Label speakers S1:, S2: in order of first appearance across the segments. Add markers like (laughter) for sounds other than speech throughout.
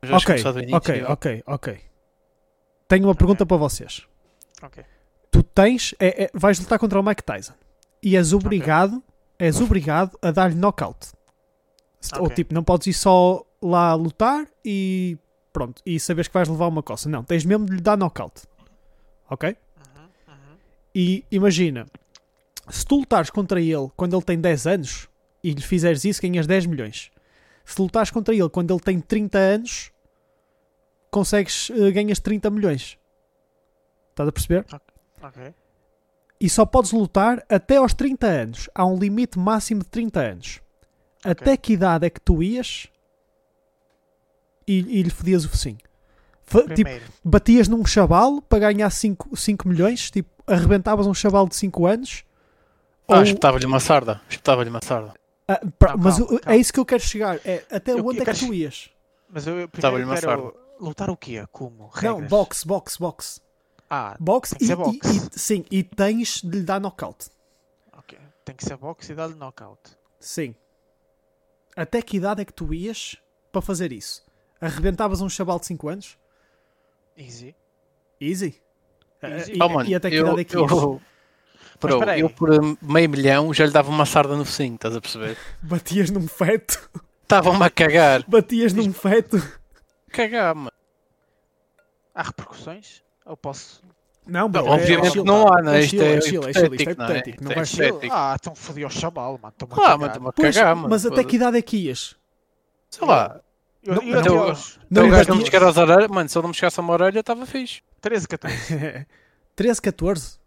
S1: Mas acho que
S2: Ok,
S1: começar do início.
S2: ok, ok, ok. Tenho uma pergunta para vocês.
S1: Ok.
S2: Tu tens, é- é- vais lutar contra o Mike Tyson e és obrigado, és obrigado a dar-lhe knockout. Se- Ou
S1: Uhum. Ok.
S2: tipo, não podes ir só lá lutar e pronto, e saberes que vais levar uma coça. Não, tens mesmo de lhe dar knockout. Ok?
S1: Uhum, uhum.
S2: E imagina, se tu lutares contra ele quando ele tem 10 anos e lhe fizeres isso, ganhas 10 milhões. Se lutares contra ele quando ele tem 30 anos, consegues, eh, ganhas 30 milhões. Estás a perceber?
S1: Ok.
S2: E só podes lutar até aos 30 anos. Há um limite máximo de 30 anos. Até que idade é que tu ias e, e lhe fodias o focinho? Fa- tipo,
S1: Primeiro.
S2: batias num chavalo para ganhar 5 milhões, tipo, arrebentavas um chavalo de 5 anos.
S1: Ah,
S2: ou-
S1: espetava-lhe uma sarda. Espetava-lhe uma sarda.
S2: Ah, pra-
S1: Não,
S2: mas
S1: calma,
S2: o- é
S1: calma.
S2: isso que eu quero chegar. É,
S1: tá
S2: até
S1: Eu-
S2: onde
S1: eu
S2: é que
S1: quero-
S2: tu ias?
S1: Mas eu, eu
S3: Espetava-lhe
S1: primeiro
S3: uma
S1: quero... Lutar o quê? Como? Regras?
S2: Não, boxe, boxe, boxe.
S1: Ah,
S2: Boxe,
S1: Tem que
S2: e,
S1: ser
S2: e-
S1: boxe.
S2: e- sim, e tens de lhe dar knockout.
S1: ok. Tem que ser boxe e dar-lhe knockout.
S2: Sim. Até que idade é que tu ias para fazer isso? Arrebentavas um chaval de 5 anos?
S1: Easy.
S2: Easy.
S1: Easy.
S2: Ah, E,
S3: Ah, mano,
S2: e até que
S3: eu,
S2: idade é que
S3: eu,
S2: ias?
S1: Mas
S3: Bro,
S1: espera aí.
S3: eu por hum, meio milhão já lhe dava uma sarda no focinho, estás a perceber?
S2: Batias num feto? (laughs)
S3: Estavam-me a cagar.
S2: Batias num feto?
S3: Cagar, mano.
S1: Há repercussões? Eu posso...
S2: Não, mas é-
S3: obviamente
S2: chill,
S3: que não há,
S2: pá.
S3: né? Isto
S2: chill, chill, é
S3: é
S2: chill, Isto é
S3: hipotético, não é?
S2: hipotético. Não
S3: Isto é
S2: vais-
S3: hipotético. Estético.
S1: Ah, então fodi ao chaval, mano. Estou-me a
S3: Ah,
S1: cagar.
S3: mas estou-me a
S2: Pois,
S3: cagar, mano.
S2: mas até que idade é que ias? (laughs)
S3: Sei lá.
S1: Eu,
S2: Não,
S1: eu
S2: mas
S1: até
S3: eu-
S1: aos
S2: Não
S3: Não,
S2: lhe
S3: o gajo não me
S2: batias.
S3: chegar às orelhas, mano, se ele não me chegasse a uma orelha, estava fixe.
S1: 13, 14.
S2: 13, 14?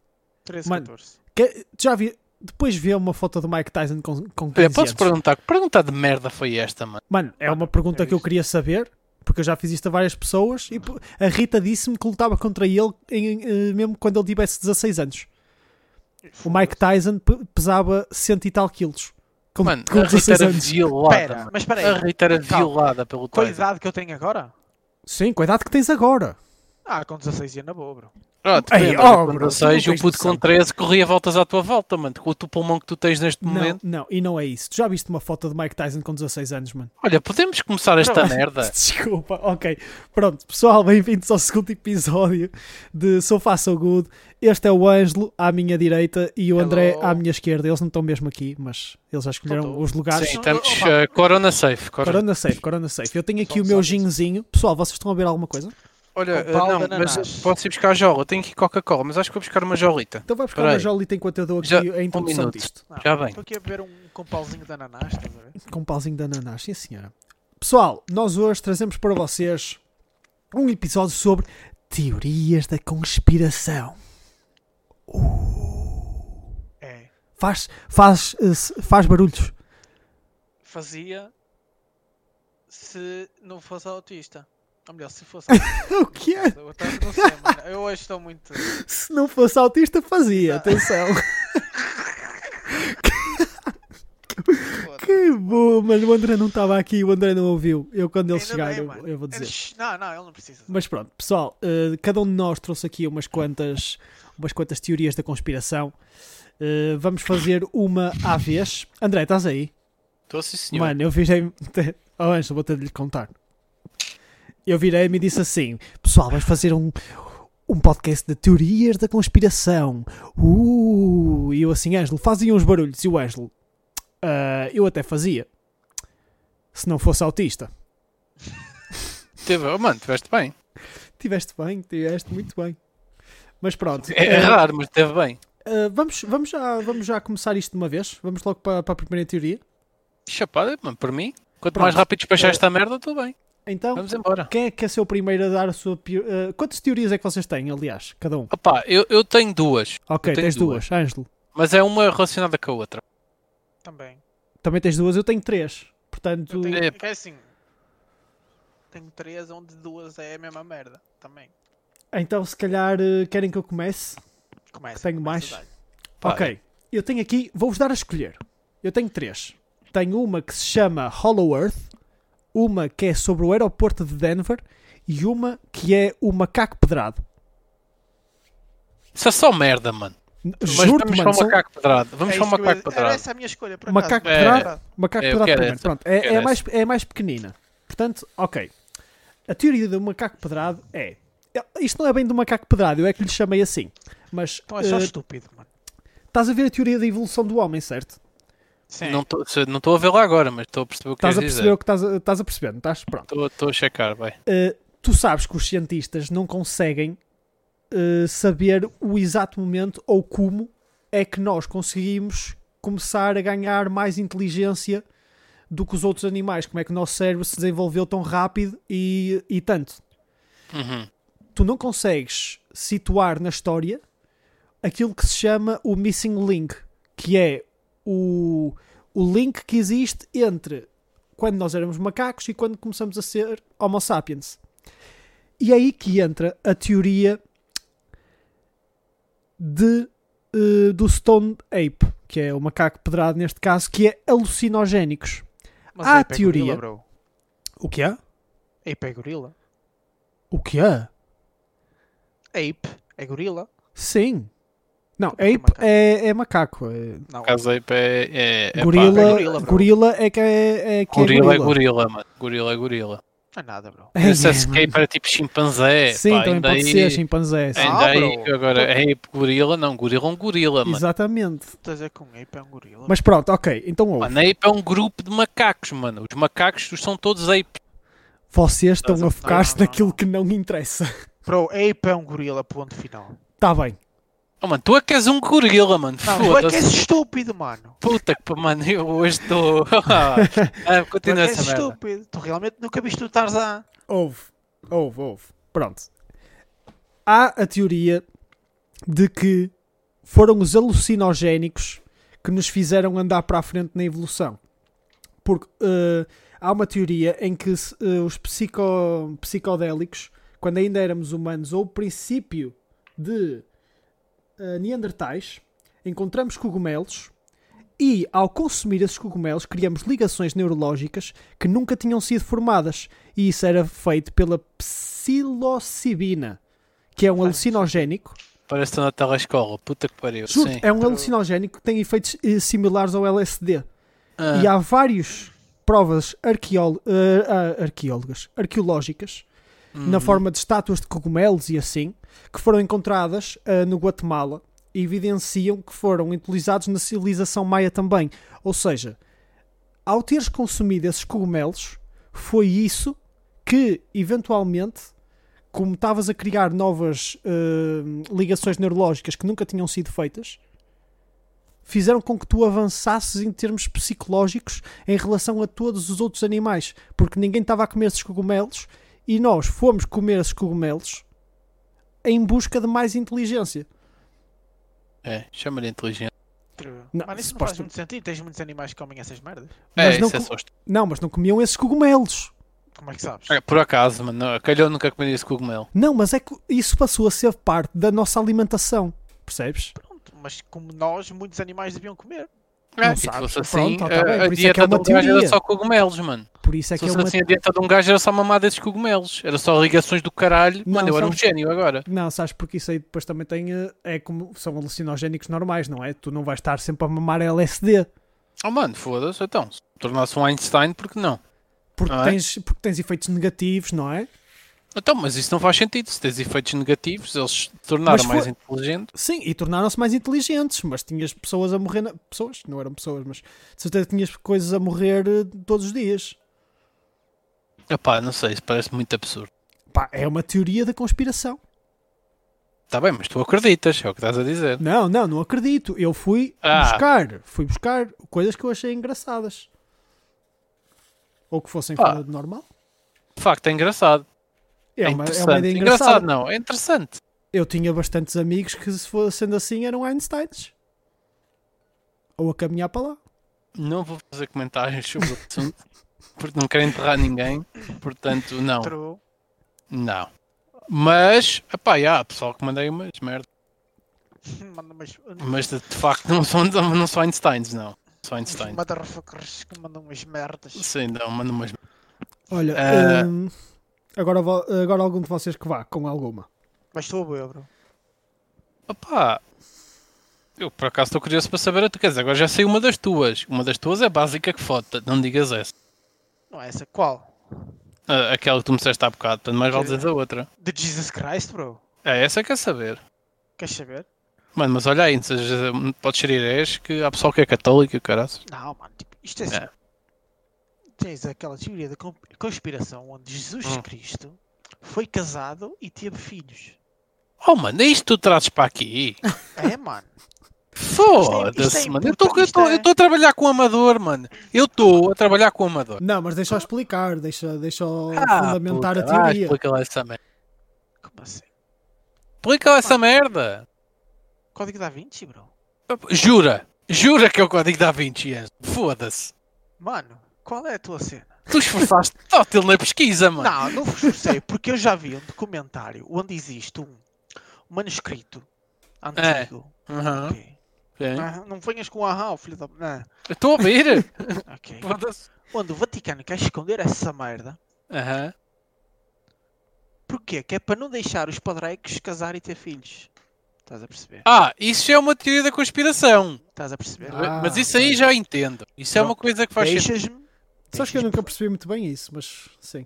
S1: 13,
S2: Mano,
S1: 14.
S2: Que- já vi, depois vê uma foto do Mike Tyson com, com 15
S3: Olha, podes
S2: anos.
S3: perguntar, que pergunta de merda foi esta, mano?
S2: Mano, é uma pergunta
S1: É
S2: que eu
S1: isto.
S2: queria saber, porque eu já fiz isto a várias pessoas, e po- a Rita disse-me que lutava contra ele em- eh, mesmo quando ele tivesse 16 anos. O Mike Tyson pe- pesava cento e tal quilos. Com,
S3: Mano,
S2: com
S3: a Rita
S2: 16
S3: era
S2: anos.
S3: violada,
S1: Espera,
S3: mano.
S1: mas espera
S3: A
S1: aí.
S3: Rita era
S1: Calma.
S3: violada pelo
S1: Com a
S3: Tyson.
S1: idade que eu tenho agora?
S2: Sim, cuidado que tens agora.
S1: Ah, com 16 ia na boa, bro.
S3: Pronto,
S2: Ei,
S3: Ei,
S2: oh,
S3: quando
S2: bro, tu
S3: seis,
S2: não
S3: o
S2: tens
S3: puto com
S2: noção.
S3: 13 corria voltas à tua volta, mano. Com o teu pulmão que tu tens neste
S2: Não,
S3: momento.
S2: não, e não é isso. Tu já viste uma foto de Mike Tyson com 16 anos, mano?
S3: Olha, podemos começar esta merda.
S2: (laughs) Desculpa, ok. Pronto, pessoal, bem-vindos ao segundo episódio de Sofá So Good. Este é o Ângelo à minha direita e o
S1: Hello.
S2: André à minha esquerda. Eles não estão mesmo aqui, mas eles já escolheram
S1: Estão
S2: os lugares.
S3: Sim,
S1: Opa.
S3: estamos. eh, corona safe. Corona.
S2: Corona safe, Corona safe. Eu tenho aqui
S1: Só-
S2: o meu
S1: só isso.
S2: ginzinho. Pessoal, vocês estão a ver alguma coisa?
S3: Olha,
S1: Com
S3: eh,
S1: pau
S3: não,
S1: de ananás.
S3: mas posso ir buscar a jola. Tenho aqui Coca-Cola, mas acho que vou buscar uma jolita.
S2: Então vai buscar
S3: Peraí.
S2: uma jolita enquanto eu dou aqui
S3: Já-
S2: a
S3: um
S2: introdução
S3: minuto.
S2: disto.
S1: Ah,
S3: Já bem.
S1: Estou aqui a beber um com pauzinho de ananás, estás a ver?
S2: Com um pauzinho de ananás, sim senhora. Pessoal, nós hoje trazemos para vocês um episódio sobre teorias da conspiração.
S1: É.
S2: Faz, faz, eh, se- faz barulhos.
S1: Fazia se não fosse autista. Ou melhor, se
S2: (laughs)
S1: fosse autista.
S2: (laughs) O que é?
S1: Eu tô- não sei, mano. Eu hoje estou muito.
S2: Se não fosse autista, fazia. Atenção. (laughs) que bom, mas o André não estava aqui, o André não ouviu. Eu, quando ele
S1: Ainda
S2: chegar,
S1: bem,
S2: eu,
S1: mano.
S2: eu vou
S1: Ele-
S2: dizer.
S1: Shh, Não, não, ele não precisa.
S2: Mas pronto, pessoal, eh, cada um de nós trouxe aqui umas quantas, umas quantas teorias da conspiração. Eh, vamos fazer uma à vez. André, estás aí?
S3: Estou sim, senhor.
S2: Mano, eu virei-me. Oh, Anjo, vou ter de lhe contar. Eu virei-me e disse assim: Pessoal, vamos fazer um, um podcast de teorias da conspiração. Uh, e eu assim, Ângelo, fazem uns barulhos. E o Ângelo, "Ah, eu até fazia. Se não fosse autista.
S3: Teve, oh, mano, tiveste bem.
S2: Tiveste bem, tiveste muito bem. Mas pronto.
S3: É, é
S2: eh,
S3: raro, mas teve bem.
S2: Uh, vamos, vamos, já, vamos já começar isto de uma vez. Vamos logo para, para a primeira teoria.
S3: Chapada, mano, para mim. Quanto
S2: Pronto.
S3: mais rápido despachar
S2: Eh,
S3: esta merda, tudo bem.
S2: Então,
S3: Vamos embora.
S2: quem é que é ser o primeiro a dar a sua. pio- Uh, quantas teorias é que vocês têm, aliás? Cada um.
S3: Opá, eu, eu tenho duas,
S2: Ok,
S3: eu tenho
S2: tens duas. Ângelo,
S3: mas é uma relacionada com a outra.
S1: Também.
S2: também tens duas. Eu tenho três. Portanto,
S1: Eu tenho,
S3: É,
S1: é assim. Tenho três onde duas é a mesma merda. Também.
S2: então se calhar uh, querem que eu comece.
S1: Começa.
S2: Tenho
S1: começa, dá-lhe.
S2: mais?
S3: Pá,
S2: Ok, eu tenho aqui. Vou-vos dar a escolher. Eu tenho três. Tenho uma que se chama Hollow Earth, uma que é sobre o aeroporto de Denver e uma que é o macaco pedrado.
S3: Isso é só merda, mano. Mas
S2: Juro-te,
S3: vamos
S2: mano,
S3: para o
S2: são-
S3: macaco pedrado. Vamos
S1: É
S3: para o
S1: isso que eu ia-
S3: macaco
S1: Era
S3: pedrado.
S1: essa a minha escolha. Por acaso.
S2: Macaco
S3: É.
S2: quadrado. Macaco
S3: É, eu
S2: quadrado
S3: quero
S2: primeiro.
S3: essa.
S2: Pronto, é,
S3: quero
S2: é, mais, é mais pequenina. Portanto, ok. Ah, a teoria do macaco pedrado é. Isto não é bem do macaco pedrado, eu é que lhe chamei assim. Mas
S1: Então é só
S2: eh,
S1: estúpido, mano.
S2: estás a ver a teoria da evolução do homem, certo?
S1: Sim.
S3: Não estou não estou a vê lá agora, mas estou a perceber o que
S2: é, Estás
S3: queres
S2: a perceber
S3: dizer.
S2: o que estás a, estás a perceber, não estás? Pronto.
S3: Estou estou a checar, vai.
S2: Uh, tu sabes que os cientistas não conseguem uh, saber o exato momento ou como é que nós conseguimos começar a ganhar mais inteligência do que os outros animais. Como é que o nosso cérebro se desenvolveu tão rápido e, e tanto.
S3: Uhum.
S2: Tu não consegues situar na história aquilo que se chama o missing link, que é o, o link que existe entre quando nós éramos macacos e quando começamos a ser Homo sapiens. E é aí que entra a teoria de, eh, do Stone Ape, que é o macaco pedrado neste caso, que é alucinogénicos.
S1: Mas
S2: há
S1: ape é
S2: Ah, teoria.
S1: Gorila, bro.
S2: O que é?
S1: Ape é gorila.
S2: O que é?
S1: Ape é gorila.
S2: Sim. Não,
S1: Então, porque é
S2: ape
S1: macaco?
S2: é, é macaco. é-
S1: Não.
S3: O caso aí é. é, é
S2: gorila,
S3: pá,
S2: gorila,
S1: gorila, bro.
S2: é que é, é que
S3: Gorila
S2: é
S3: é
S2: gorila.
S3: gorila, mano. Gorila é gorila.
S1: Não é nada, bro.
S2: Ai, (laughs)
S3: Esse
S2: é,
S3: escape era tipo chimpanzé.
S2: Sim,
S3: pá,
S2: também
S3: ainda
S2: pode
S3: aí,
S2: ser chimpanzé. sim.
S3: Ainda
S1: Ah,
S3: aí
S1: bro.
S3: que agora é gorila, não, gorila é um gorila, mano.
S2: Exatamente.
S1: Estás a dizer que um ape é um gorila?
S2: Mas pronto, ok. Então ouve.
S3: Mano, ape é um grupo de macacos, mano. Os macacos são todos apes.
S2: Vocês estão
S1: Não,
S2: a
S1: não,
S2: focar-se
S1: não, não,
S2: naquilo
S1: não.
S2: que não interessa. (laughs)
S1: Bro, ape é um gorila, ponto final.
S2: Está bem.
S3: Oh, mano, tu é que és um gorila, mano.
S1: Não, tu é que és
S3: Foda-se.
S1: estúpido, mano.
S3: Puta que pa- mano, eu hoje estou. (laughs) ah,
S1: Tu é que
S3: continua
S1: és
S3: essa merda.
S1: estúpido. Tu realmente nunca viste o Tarzan.
S2: Ouve. Ouve, ouve. Pronto. Há a teoria de que foram os alucinogénicos que nos fizeram andar para a frente na evolução. Porque eh, há uma teoria em que se- eh, os psico- psicodélicos, quando ainda éramos humanos, ou o princípio de eh, Neandertais, encontramos cogumelos e, ao consumir esses cogumelos, criamos ligações neurológicas que nunca tinham sido formadas. E isso era feito pela psilocibina, que é um alucinogénico
S3: Parece que estou na telescola. Puta que pariu.
S2: Juro,
S3: Sim.
S2: é um alucinogénico que tem efeitos eh, similares ao LSD.
S3: Ah,
S2: E há várias provas arqueol- eh, ah, arqueólogas, arqueológicas, na
S3: Uhum.
S2: forma de estátuas de cogumelos e assim, que foram encontradas eh, no Guatemala e evidenciam que foram utilizados na civilização maia também. Ou seja, ao teres consumido esses cogumelos, foi isso que, eventualmente, como estavas a criar novas eh, ligações neurológicas que nunca tinham sido feitas, fizeram com que tu avançasses em termos psicológicos em relação a todos os outros animais, porque ninguém estava a comer esses cogumelos e nós fomos comer esses cogumelos em busca de mais inteligência.
S3: É, chama-lhe inteligente.
S1: True.
S2: Não,
S1: Mano, isso não
S2: suposto-
S1: faz muito sentido. Tens muitos animais que comem essas merdas.
S3: É,
S2: Mas não
S3: isso é
S2: co-
S3: só isto.
S2: Não, mas não comiam esses cogumelos.
S1: Como é que sabes?
S3: É, Por acaso, mano, não, calhou nunca comer esse cogumelo.
S2: Não, mas é que isso passou a ser parte da nossa alimentação, percebes?
S1: Pronto, mas como nós, muitos animais deviam comer.
S3: É,
S2: Não
S3: e se
S2: sabes.
S3: fosse assim,
S2: Pronto, ó, tá
S3: a-
S2: bem, por isso
S3: a
S2: é que
S3: dieta
S2: é
S3: de
S2: uma
S3: um gajo era
S2: teoria.
S3: só cogumelos, mano.
S2: Por isso é
S3: Se
S2: que é
S3: fosse
S2: uma
S3: assim, a dieta de um gajo era só mamar desses cogumelos. Era só ligações do caralho.
S2: Não,
S3: mano, eu era um
S2: sabes-
S3: gênio agora.
S2: Não, sabes porque isso aí depois também tem. eh, É como são alucinogénicos normais, não é? Tu não vais estar sempre a mamar LSD.
S3: Oh, mano, foda-se, então. Se tornasse um Einstein, porque não?
S2: Porque,
S3: Não é?
S2: tens, porque tens efeitos negativos, não é?
S3: Então, mas isso não faz sentido. Se tens efeitos negativos, eles se tornaram
S2: Mas
S3: mais
S2: foi-
S3: inteligentes.
S2: Sim, e tornaram-se mais inteligentes, mas tinhas pessoas a morrer. na- Pessoas? Não eram pessoas, mas de certeza tinhas coisas a morrer eh, todos os dias.
S3: Epá, não sei, isso parece muito absurdo.
S2: Pá, é uma teoria da conspiração.
S3: Tá bem, mas tu acreditas, é o que estás a dizer.
S2: Não, não, não acredito. Eu fui
S3: Ah.
S2: buscar, fui buscar coisas que eu achei engraçadas. Ou que fossem
S3: Pá.
S2: fora do normal.
S3: De facto, é engraçado.
S2: É, uma, é
S3: interessante.
S2: uma ideia
S3: engraçado,
S2: engraçada.
S3: não, é interessante.
S2: Eu tinha bastantes amigos que, se fosse sendo assim, eram Einsteins. Ou a caminhar para lá.
S3: Não vou fazer comentários sobre o assunto, (laughs) porque não quero enterrar ninguém. Portanto,
S2: Oh.
S3: não,
S1: True. (laughs)
S3: não. Mas, epá, já, pessoal que mandei umas merda.
S1: Manda umas.
S3: Mas de, de facto não são, não são Einsteins, não. São Einsteins.
S1: Motherfuckers que mandam umas merdas.
S3: Sim, não, manda umas
S2: Olha,
S3: Ah.
S2: hum, agora, vo- agora algum de vocês que vá, com alguma.
S1: Mas estou a boa, bro.
S3: Opá, eu por acaso estou curioso para saber a tua. Quer dizer, agora já sei uma das tuas. Uma das tuas é básica que foda, não digas essa.
S1: Não é essa? Qual?
S3: Ah, aquela que tu me disseste há bocado, portanto, mais vale dizer a outra.
S1: De Jesus Christ, bro.
S3: É, essa quer saber.
S1: Queres saber?
S3: Mano, mas olha aí, não sejas- podes ser herês que há pessoal que é católico, caraças.
S1: Não, mano, tipo, isto é.
S3: É.
S1: Tens aquela teoria da com- conspiração onde Jesus
S3: Hum.
S1: Cristo foi casado e teve filhos.
S3: Oh, mano, é isto que tu trazes para aqui? (laughs)
S1: É, mano. Isto é- isto
S3: Foda-se,
S1: é
S3: mano. Eu tô- eu
S1: importante,
S3: tô-
S1: isto é-
S3: eu estou a trabalhar com o amador, mano. Eu estou a trabalhar com o amador.
S2: Não, mas deixa eu explicar, deixa, deixa
S1: É
S2: eu
S3: Ah,
S2: fundamentar
S3: puta,
S2: a
S3: vai,
S2: teoria.
S3: Explica lá essa merda.
S1: Como assim?
S3: Explica lá é essa merda.
S1: Código da Vinci, bro.
S3: Jura. Jura que é o código da Vinci, Enzo. Foda-se.
S1: Mano, qual é a tua cena?
S3: Tu esforçaste
S1: (laughs)
S3: tótil na é pesquisa, mano.
S1: Não, não vos forcei, porque eu já vi um documentário onde existe um manuscrito antigo.
S3: Aham,
S1: Ok.
S3: ok.
S1: Ah, não venhas com ahá, filho da. Não.
S3: Eu Estou a
S1: (laughs)
S3: ouvir.
S1: Ok.
S3: Foda-se.
S1: Onde o Vaticano quer esconder essa merda.
S3: Aham.
S1: Porquê? Que é para não deixar os padrecos casar e ter filhos. Estás a perceber?
S3: Ah, isso é uma teoria da conspiração.
S1: Estás a perceber?
S2: Ah,
S3: Mas isso aí
S2: ok.
S3: já entendo. Isso é uma coisa que faz sentido.
S1: Deixas-me.
S2: Sabes que eu
S1: deixas-me-
S2: nunca percebi muito bem isso, mas sim.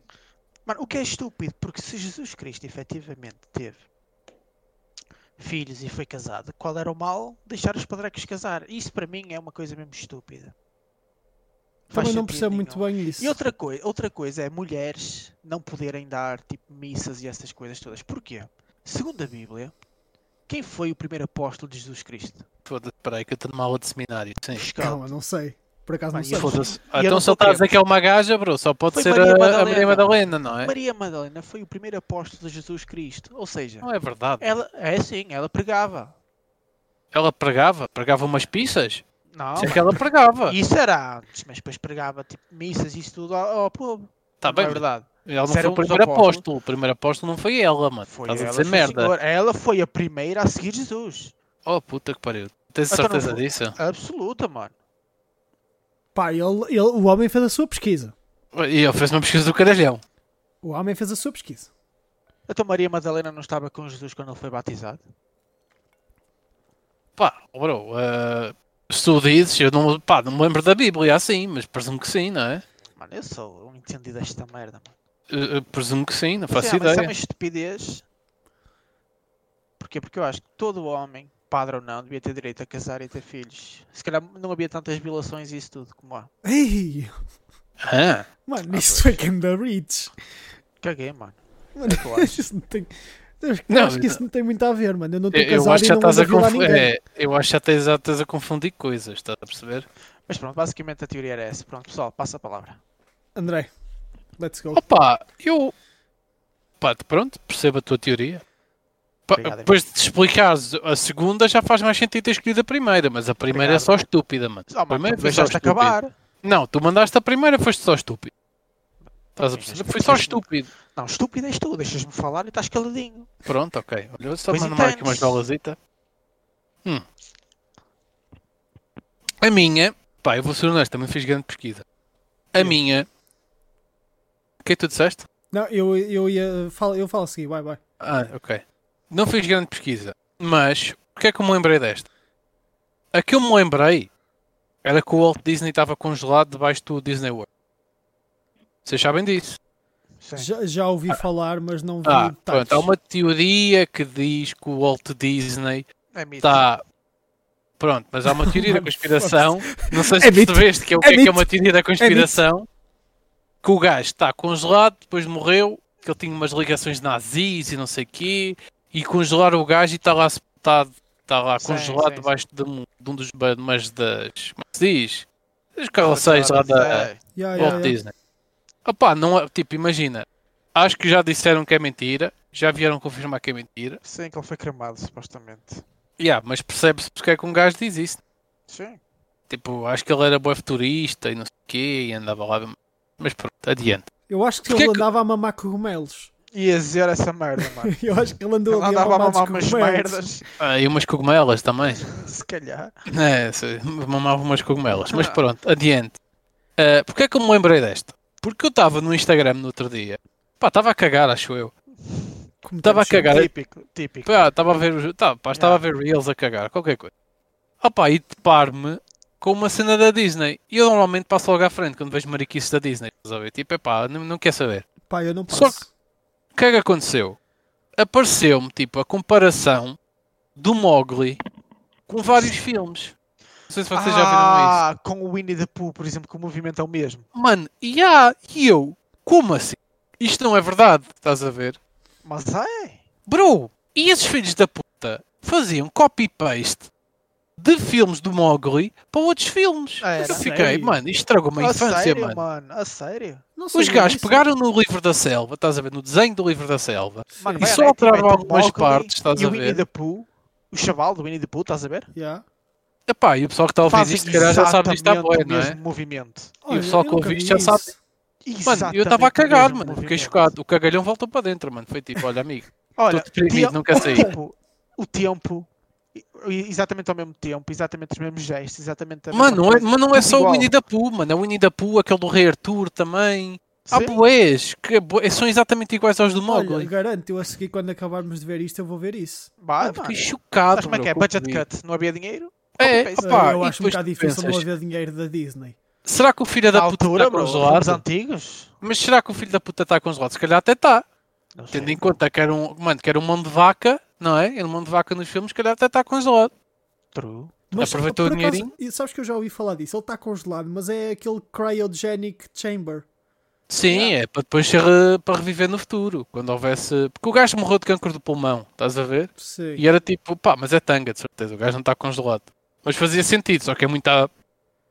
S1: Mano, o que é estúpido, porque se Jesus Cristo efetivamente teve filhos e foi casado, qual era o mal? Deixar os padrecos casar. Isso para mim é uma coisa mesmo estúpida. Faz
S2: Também não
S1: sentido
S2: percebo muito
S1: nenhum.
S2: bem isso.
S1: E outra, coi outra coisa é mulheres não poderem dar tipo missas e essas coisas todas. Porquê? Segundo a Bíblia, quem foi o primeiro apóstolo de Jesus Cristo?
S3: Foda-se, peraí, que eu estou numa aula de seminário. Sim.
S1: Pescado.
S2: Calma, não sei. Por acaso não
S1: Mano, e
S2: sei.
S1: foda-
S3: Foda-se. Ah,
S1: eu
S3: então
S1: não
S3: só
S1: sou
S3: estás a
S1: crente.
S3: dizer que é uma gaja, bro. Só pode
S1: Foi
S3: ser
S1: Maria
S3: a- a,
S1: Madalena.
S3: Maria Madalena, não é?
S1: Maria Madalena foi o primeiro apóstolo de Jesus Cristo. Ou seja,
S3: Não é verdade.
S1: ela é assim, ela pregava.
S3: Ela pregava? Pregava umas pizzas?
S1: Não,
S3: Isso é que ela pregava.
S1: (laughs) Isso era antes, mas depois pregava tipo missas e isso tudo ao, ao povo.
S3: Tá
S1: Não
S3: bem,
S1: é verdade.
S3: ela não
S1: Isso era
S3: foi
S1: um
S3: o
S1: dos
S3: primeiro
S1: apóstolos.
S3: apóstolo. O primeiro apóstolo não foi ela, mano.
S1: Foi
S3: Estás a
S1: ela,
S3: dizer
S1: sim,
S3: merda.
S1: senhor. Ela foi a primeira a seguir Jesus.
S3: Oh puta que pariu. Tens
S1: Então não
S3: certeza
S1: vou-
S3: disso?
S1: Absoluta, mano.
S2: Pá, ele- ele- o homem fez a sua pesquisa.
S3: E ele fez uma pesquisa do caralhão.
S2: O homem fez a sua pesquisa.
S1: Então Maria Madalena não estava com Jesus quando ele foi batizado?
S3: Pá, bro, eh, se tu dizes, eu não, pá, não me lembro da Bíblia assim, mas presumo que sim, não é?
S1: Mano, eu sou um entendido desta merda, mano.
S3: Eh, eh, presumo que sim, não faço
S1: Sim, mas isso é
S3: ideia.
S1: uma estupidez. Porquê? Porque eu acho que todo homem, padre ou não, devia ter direito a casar e ter filhos. Se calhar não havia tantas violações e isso tudo como há.
S2: Ei,
S3: Ah,
S2: mano,
S3: Ah,
S2: isto é Ganda Reach.
S1: Caguei, mano.
S2: Mano,
S1: É que eu
S2: (laughs)
S1: acho.
S2: isso não tem. Eu
S3: Não,
S2: acho que isso não tem muito a ver, mano. Eu não
S3: eu,
S2: estou
S3: eu
S2: casado e
S3: acho que já
S2: não
S3: estás
S2: ando
S3: a
S2: a violar
S3: confundir. É.
S2: ninguém.
S3: eu acho que já estás, já estás a confundir coisas, estás a perceber?
S1: Mas pronto, basicamente a teoria era essa. Pronto, pessoal, passa a palavra.
S2: André, let's go.
S3: Opa, eu. Pá, pronto, percebo a tua teoria. Pá,
S1: Obrigado,
S3: depois de te explicares a segunda, já faz mais sentido ter escolhido a primeira, mas a primeira é
S1: Obrigado.
S3: só estúpida, mano.
S1: Oh, mano,
S3: Primeiro
S1: tu
S3: foi só
S1: deixaste
S3: estúpido.
S1: acabar.
S3: Não, tu mandaste a primeira, foste só estúpido. Estás a
S1: Sim,
S3: perceber?
S1: mas
S3: Foi só
S1: deixas-me-
S3: estúpido.
S1: Não, estúpido és tu, deixas-me falar e estás caladinho.
S3: Pronto, ok. Olha, eu só
S1: Pois
S3: mando mais aqui
S1: então.
S3: umas dolazita. Hum. A minha, pá, eu vou ser honesto, também fiz grande pesquisa. A
S2: Eu.
S3: minha. O que é que tu disseste?
S2: Não, eu, eu ia. Falo, eu falo a seguir, vai, vai.
S3: Ah, ok. Não fiz grande pesquisa, mas porque é que eu me lembrei desta? A que eu me lembrei era que o Walt Disney estava congelado debaixo do Disney World. Vocês sabem disso?
S1: Sim.
S2: Já, já ouvi falar, mas não vi
S3: Ah,
S2: detalhes.
S3: pronto, há uma teoria que diz que o Walt Disney
S1: É mito.
S3: está. Tá. Pronto, mas há uma teoria da
S2: Mano,
S3: conspiração. Não sei
S2: É
S3: se
S2: mito.
S3: percebeste que é o que
S2: É
S3: é, que é
S2: mito.
S3: uma teoria da conspiração. que o gajo está congelado, depois morreu, que ele tinha umas ligações nazis e não sei o quê. E congelaram o gajo e está lá, sepultado, está lá
S1: Sim,
S3: congelado
S1: sim,
S3: debaixo de um, de um dos ba- umas das. Como é que se diz? Dos carroceiros lá da
S1: É.
S2: Ya, ya,
S3: Walt
S2: ya.
S3: Disney. Opá, não é. Tipo, imagina. Acho que já disseram que é mentira. Já vieram confirmar que é mentira.
S1: Sim, que ele foi cremado, supostamente.
S3: Yeah, mas percebe-se porque é que um gajo diz isso.
S1: Sim.
S3: Tipo, acho que ele era boé futurista e não sei o quê, e andava lá. Mas pronto, adiante.
S2: Eu acho que
S3: Porquê
S2: ele
S3: que-
S2: andava a mamar cogumelos. (laughs)
S1: Ia dizer essa merda, mano.
S2: Eu acho que ele andou
S1: Ele
S2: ali
S1: andava a
S2: mamar
S1: mamar
S2: uns
S1: umas
S2: cogumelos.
S1: merdas, (laughs)
S3: Ah, e umas cogumelas também. (laughs)
S1: se calhar.
S3: É, se- mamava umas cogumelas. Mas pronto, adiante. Ah, Porquê é que eu me lembrei desta? Porque eu estava no Instagram no outro dia. Pá, estava a cagar, acho eu.
S2: Como
S3: Estava a
S2: temos-
S3: cagar.
S1: Típico, típico.
S3: Pá, estava a ver, os- tá, pá, estava a ver Reels a cagar, qualquer coisa. Ah pá, e depar-me com uma cena da Disney. E eu normalmente passo logo à frente quando vejo mariquices da Disney. Estás a ver? Tipo, é pá, não, não quer saber.
S2: Pá, Pá, eu não
S3: Só
S2: passo.
S3: O que é que aconteceu? Apareceu-me tipo a comparação do Mowgli com vários filmes. Não sei se vocês já viram isso.
S1: ah, com o Winnie the Pooh, por exemplo, que o movimento é o mesmo.
S3: Mano, e há, e eu? Como assim? Isto não é verdade, estás a ver?
S1: Mas é.
S3: Bro, e esses filhos da puta faziam copy-paste de filmes do Mowgli para outros filmes.
S1: Ah, era?
S3: eu fiquei,
S2: Sério?
S3: mano, isto estragou uma
S1: a
S3: infância,
S1: sério,
S3: mano.
S1: A sério?
S2: Não sei
S3: Os
S2: o que é
S3: gajos
S2: isso.
S3: pegaram no livro da selva, estás a ver? No desenho do livro da selva.
S1: Mano,
S3: E
S1: vai
S3: só
S1: à net,
S3: alteraram
S1: mete o
S3: algumas
S1: Mowgli
S3: partes, estás
S1: E
S3: a
S1: o Winnie
S3: ver?
S1: the Pooh, o chaval do Winnie the Pooh, estás a ver?
S2: Yeah.
S3: Epá, e o pessoal que está a ouvir
S1: Fazem
S3: isto, se calhar já sabe disto à
S1: exatamente
S3: boia,
S1: o
S3: não é?
S1: mesmo movimento.
S3: E o pessoal
S2: eu
S3: que
S2: nunca
S3: ouvi
S2: vi
S3: já
S2: isso.
S3: sabe. Mano, eu estava a
S1: Exatamente o
S3: cagar,
S1: mesmo
S3: mano. Fiquei
S1: movimento.
S3: chocado. O cagalhão voltou para dentro, mano. Foi tipo, olha, amigo, estou
S1: Olha,
S3: deprimido,
S1: dia-
S3: não
S1: (laughs)
S3: quero sair.
S1: tipo, o tempo, e- e- exatamente ao mesmo tempo, exatamente os mesmos gestos, exatamente a
S3: Mano, não
S1: mesma
S3: é,
S1: coisa.
S3: mas não é
S1: Tudo
S3: só o
S1: igual.
S3: Winnie da Pooh, mano. É o Winnie da Pooh, aquele do Rei Arthur também. Há
S1: Sim.
S3: boés que é bué- são exatamente iguais aos do
S2: Olha,
S3: Mowgli.
S2: garanto, eu a seguir quando acabarmos de ver isto eu vou ver isso.
S1: Bah,
S3: Mano, Ah, fiquei
S1: mano.
S3: chocado.
S1: Sabes como é que é?
S3: bro, com o
S1: Budget
S3: que vi.
S1: cut, não havia dinheiro?
S3: É,
S1: Copy-paste.
S3: opá,
S2: eu
S3: e
S2: acho um
S3: depois tu
S2: bocado difícil não
S3: pensas,
S2: haver dinheiro da Disney.
S3: Será que o
S1: Na
S3: filho da puta tá
S1: altura,
S3: está
S1: bro, filmes
S3: congelado?
S1: antigos.
S3: Mas será que o filho da puta tá está congelado? Se calhar até está.
S1: Não sei.
S3: Tendo em conta que era um, mano, que era um mão de vaca, não é? Era um mão de vaca nos filmes, se calhar até tá está congelado.
S1: True.
S3: Aproveitou
S2: por
S3: o
S2: acaso,
S3: dinheirinho?
S2: e Sabes que eu já ouvi falar disso? Ele está congelado, mas é aquele cryogenic chamber.
S3: Sim, é para depois ser eh, para reviver no futuro, quando houvesse. Porque o gajo morreu de câncer do pulmão, estás a ver?
S2: Sim.
S3: E era tipo, pá, mas é tanga, de certeza, o gajo não está congelado. Mas fazia sentido, só que é muito a,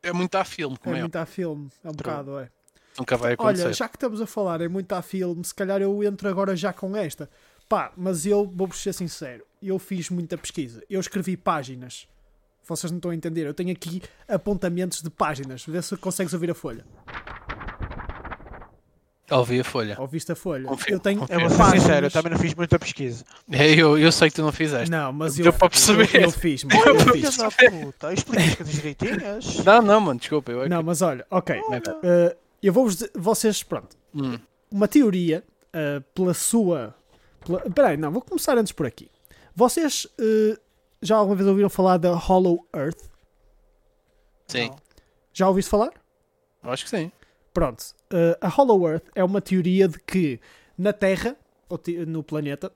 S3: é muito a filme,
S2: É
S3: como é,
S2: muito a filme, é um bocado, é.
S3: nunca vai acontecer.
S2: Olha, já que estamos a falar em muito a filme, se calhar eu entro agora já com esta. Pá, mas eu vou-vos ser sincero, eu fiz muita pesquisa. Eu escrevi páginas. Vocês não estão a entender. Eu tenho aqui apontamentos de páginas. Vê se consegues ouvir a folha.
S3: Ouvi a folha.
S2: Ouviste a folha?
S3: Confirmo,
S2: eu tenho
S3: confirmo.
S1: Eu vou ser
S2: páginas.
S1: sincero, eu também não fiz muita pesquisa.
S3: É, eu, eu sei que tu não fizeste.
S2: Não, mas eu,
S3: Deu para perceber.
S2: eu, eu fiz,
S3: (laughs)
S2: mano, eu
S1: Filha
S2: fiz.
S1: da puta, explica as coisas direitinhas.
S3: É Não, não, mano, desculpa, eu é
S2: Não, mas olha, ok.
S3: que.
S2: Uh, eu vou-vos dizer, vocês, pronto,
S3: Hum.
S2: uma teoria uh, pela sua. Pela, peraí, não, vou começar antes por aqui. Vocês uh, já alguma vez ouviram falar da Hollow Earth?
S3: Sim,
S2: Já ouviste falar?
S3: eu acho que sim.
S2: Pronto, uh, a Hollow Earth é uma teoria de que na Terra, ou ti- no planeta,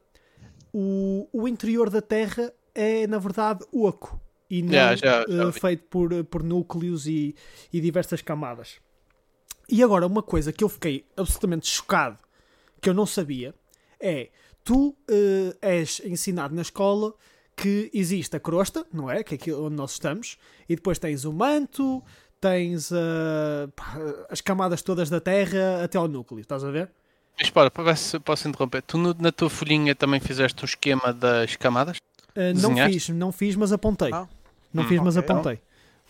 S2: o, o interior da Terra é na verdade oco e não
S3: Já, já, já
S2: uh,
S3: ouvi.
S2: feito por, uh, por núcleos e, e diversas camadas. E agora, uma coisa que eu fiquei absolutamente chocado, que eu não sabia, é tu uh, és ensinado na escola que existe a crosta, não é? Que é aquilo onde nós estamos, e depois tens o manto, tens uh, pá, as camadas todas da Terra até ao núcleo, estás a ver?
S3: Mas para, posso, posso interromper? Tu no- na tua folhinha também fizeste o esquema das camadas?
S2: Uh, não
S3: Desenhaste?
S2: fiz, não fiz, mas apontei.
S1: Ah.
S2: Não
S3: Hum,
S2: fiz, mas
S1: ok.
S2: apontei.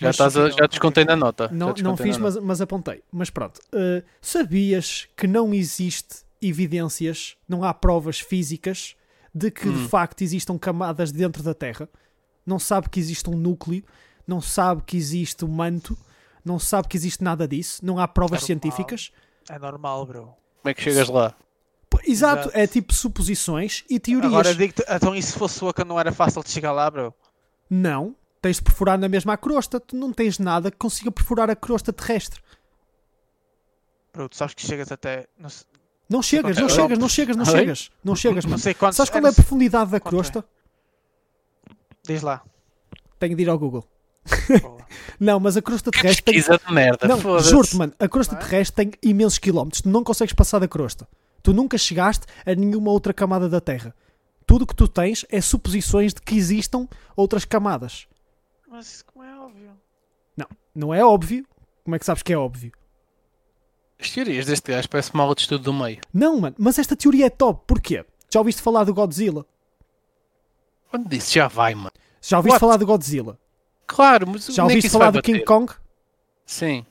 S3: Já,
S2: Mas-
S3: estás a, já descontei na nota.
S2: Não,
S3: já
S2: não
S3: descontei
S2: fiz,
S3: na nota.
S2: mas, mas apontei. Mas pronto. Uh, sabias que não existe evidências, não há provas físicas de que
S3: Hum.
S2: de facto existam camadas dentro da Terra? Não sabe que existe um núcleo, não sabe que existe um manto, não sabe que existe nada disso, não há provas
S1: Normal.
S2: científicas?
S1: É normal, bro.
S3: Como é que chegas lá?
S2: Pô, Exato,
S1: Exato.
S2: é tipo suposições e teorias.
S1: Agora digo-te, então e se fosse oca não era fácil de chegar lá, bro?
S2: Não, tens de perfurar na mesma a crosta, tu não tens nada que consiga perfurar a crosta terrestre.
S1: Bro, tu sabes que chegas até. Não sei,
S2: Não chegas, não
S3: Ok.
S2: chegas, não chegas, não
S3: Ok.
S2: chegas, não chegas,
S1: não
S2: mano.
S1: sei quantos.
S2: Sabes
S1: é,
S2: qual é
S1: não
S2: a profundidade da
S1: Quanto é?
S2: crosta?
S1: sei- Diz
S2: (laughs)
S1: lá.
S2: Tenho de ir ao Google.
S1: Boa.
S2: Não, mas a crosta
S3: Que
S2: terrestre tem.
S3: pesquisa de merda,
S2: Não,
S3: foda-se.
S2: juro-te, mano, a crosta
S1: Não é?
S2: terrestre tem imensos quilómetros. Tu não consegues passar da crosta. Tu nunca chegaste a nenhuma outra camada da Terra. Tudo o que tu tens é suposições de que existam outras camadas.
S1: Mas isso como é óbvio.
S2: Não, não é óbvio. Como é que sabes que é óbvio?
S3: As teorias deste gajo parece uma aula de estudo do meio.
S2: Não, mano, mas esta teoria é top. Porquê? Já ouviste falar do Godzilla?
S3: Quando disse já vai, mano.
S2: Já ouviste
S3: What?
S2: falar do Godzilla?
S3: Claro, mas
S2: Já
S3: onde é que
S2: ouviste
S3: isso
S2: falar
S3: vai
S2: do
S3: bater?
S2: King Kong?
S3: Sim.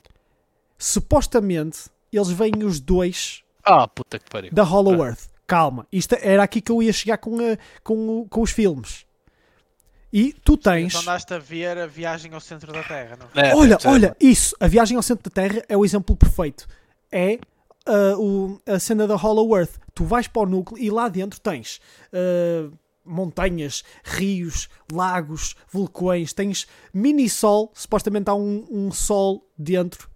S2: Supostamente, eles vêm os dois
S3: Ah, puta que pariu.
S2: da Hollow Earth. Calma, isto era aqui que eu ia chegar com, a- com, o- com os filmes. E tu tens.
S1: Então andaste a ver a viagem ao centro da Terra, não?
S3: É,
S2: Olha,
S3: deve ser.
S2: olha, isso. A viagem ao centro da Terra é o exemplo perfeito. É ah, o- a cena da Hollow Earth. Tu vais para o núcleo e lá dentro tens ah, montanhas, rios, lagos, vulcões. Tens mini sol. Supostamente há um, um sol dentro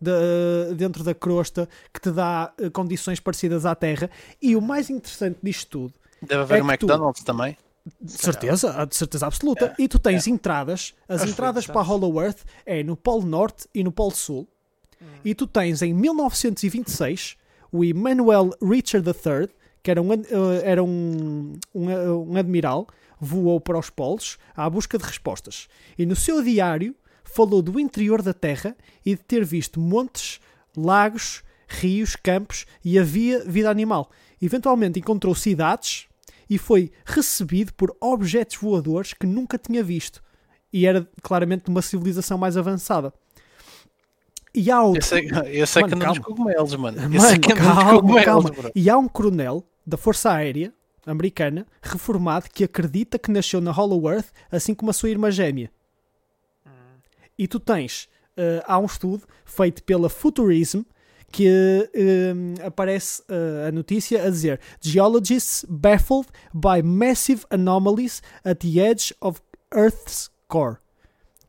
S2: da- dentro da crosta que te dá eh, condições parecidas à Terra. E o mais interessante disto tudo
S3: Deve haver
S2: É
S3: um
S2: que tu-
S3: McDonald's também.
S2: de certeza, ah, de certeza absoluta. E tu tens entradas, as
S3: Acho
S2: entradas
S3: que
S2: para a Hollow Earth é no Polo Norte e no Polo Sul. E tu tens em 1926 o Emmanuel Richard III, que era um, ad- eh, era um, um, eh, um admiral, voou para os polos à busca de respostas. E no seu diário falou do interior da Terra e de ter visto montes, lagos, rios, campos e havia vida animal. Eventualmente encontrou cidades e foi recebido por objetos voadores que nunca tinha visto. E era claramente de uma civilização mais avançada. E há outro.
S3: Esse é, esse é
S2: Mano,
S3: que anda nos
S2: calma.
S3: cogumelos, mano. Esse é
S2: Mano,
S3: que anda nos
S2: calma,
S3: cogumelos,
S2: calma.
S3: bro.
S2: E há um coronel da Força Aérea americana reformado que acredita que nasceu na Hollow Earth, assim como a sua irmã gêmea.
S3: Ah.
S2: E tu tens, eh, há um estudo feito pela Futurism que eh, aparece eh, a notícia a dizer Geologists baffled by massive anomalies at the edge of Earth's core.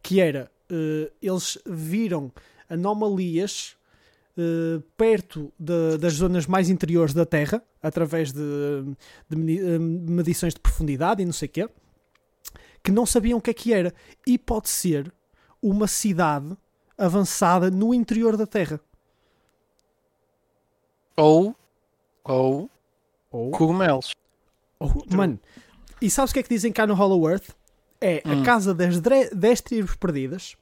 S2: Que era, eh, eles viram anomalias eh, perto da- das zonas mais interiores da Terra, através de, de medi- eh, medições de profundidade e não sei o quê, que não sabiam o que é que era. E pode ser uma cidade avançada no interior da Terra.
S3: Ou, ou
S2: Ou,
S3: cogumelos.
S2: ou- mano, e sabes o que é que dizem cá no Hollow Earth? É a casa das 10 tribos perdidas,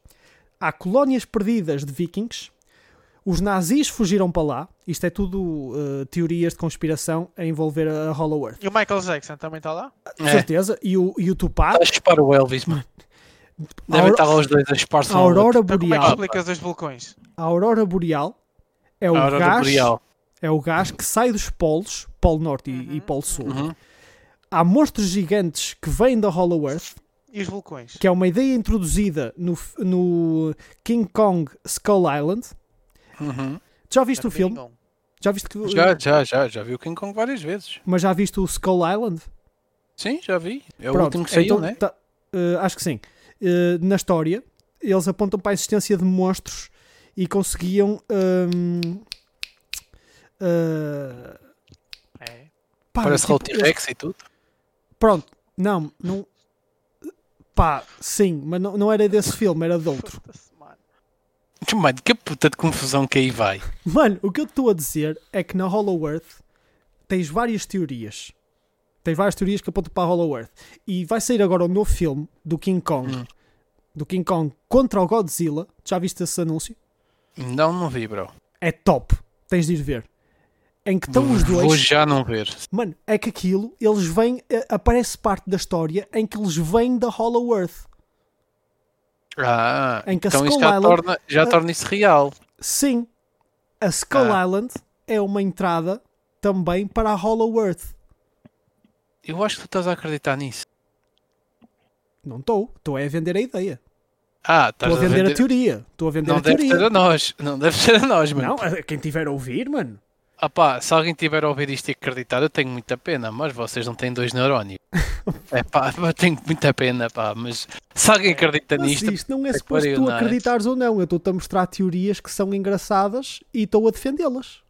S2: há colónias perdidas de vikings, os nazis fugiram para lá. Isto é tudo eh, teorias de conspiração a envolver a Hollow Earth.
S1: E o Michael Jackson também está lá?
S2: Com
S3: É.
S2: certeza. E o, e o Tupac,
S3: Estás a chupar o Elvis, mano. Devem
S2: Auro-
S3: estar lá os dois a chupar-se
S2: a
S3: um ao outro.
S2: Aurora
S1: Então como é que
S2: Boreal.
S1: explicas os vulcões?
S2: A Aurora Boreal é o,
S3: A Aurora
S2: gás,
S3: Boreal.
S2: é o gás que sai dos polos, Polo Norte e, e Polo Sul.
S3: Uhum.
S2: Há monstros gigantes que vêm da Hollow Earth,
S1: E os vulcões?
S2: que é uma ideia introduzida no, f- no King Kong Skull Island.
S3: Uhum.
S2: Tu Já viste o
S1: Não
S2: filme?
S1: tem ninguém.
S2: Já viste que-
S3: Já, já, já. Já vi o King Kong várias vezes.
S2: Mas já viste o Skull Island?
S3: Sim, já vi. É o
S2: Pronto,
S3: último que saiu,
S2: então
S3: né?
S2: tá- eh, acho que sim. Eh, na história, eles apontam para a existência de monstros e conseguiam. hum, eh,
S1: É.
S2: pá,
S3: Parece lá o
S2: mas tipo, eles-
S3: T-Rex e tudo.
S2: Pronto, não, não. Pá, sim, mas não, não era desse filme, era de outro.
S1: Puta-se, mano.
S3: Mano, que puta de confusão que aí vai.
S2: Mano, o que eu te estou a dizer é que na Hollow Earth tens várias teorias. Tens várias teorias que apontam para a Hollow Earth. E vai sair agora o novo filme do King Kong. Do King Kong contra o Godzilla. Já viste esse anúncio?
S3: Não, não vi, bro.
S2: É top. Tens de ir ver. Em que estão Então os
S3: Vou
S2: dois.
S3: já não ver.
S2: Mano, é que aquilo, eles vêm. eh, Aparece parte da história em que eles vêm da Hollow Earth.
S3: Ah,
S2: Em que a
S3: então isso
S2: Skull
S3: já
S2: Island-
S3: torna, já
S2: Ah.
S3: torna isso real.
S2: Sim, a Skull
S3: Ah.
S2: Island é uma entrada também para a Hollow Earth.
S3: Eu acho que tu estás a acreditar nisso.
S2: Não estou, estou é a vender a ideia.
S3: Ah, estás
S2: Estou a vender a teoria. Estou a vender
S3: Não
S2: a
S3: deve
S2: teoria.
S3: ser a nós. Não deve ser a nós, mano.
S2: Não, a- quem tiver a ouvir, mano.
S3: Ah pá, se alguém tiver a ouvir isto e acreditar, eu tenho muita pena, mas vocês não têm
S2: (laughs)
S3: dois neurónios. é pá, eu tenho muita pena, pá, mas se alguém acredita
S2: Mas
S3: nisto,
S2: isto não é
S3: que
S2: suposto
S3: pariu,
S2: tu
S3: não é?
S2: acreditares ou não. Eu estou-te a mostrar teorias que são engraçadas e estou a defendê-las.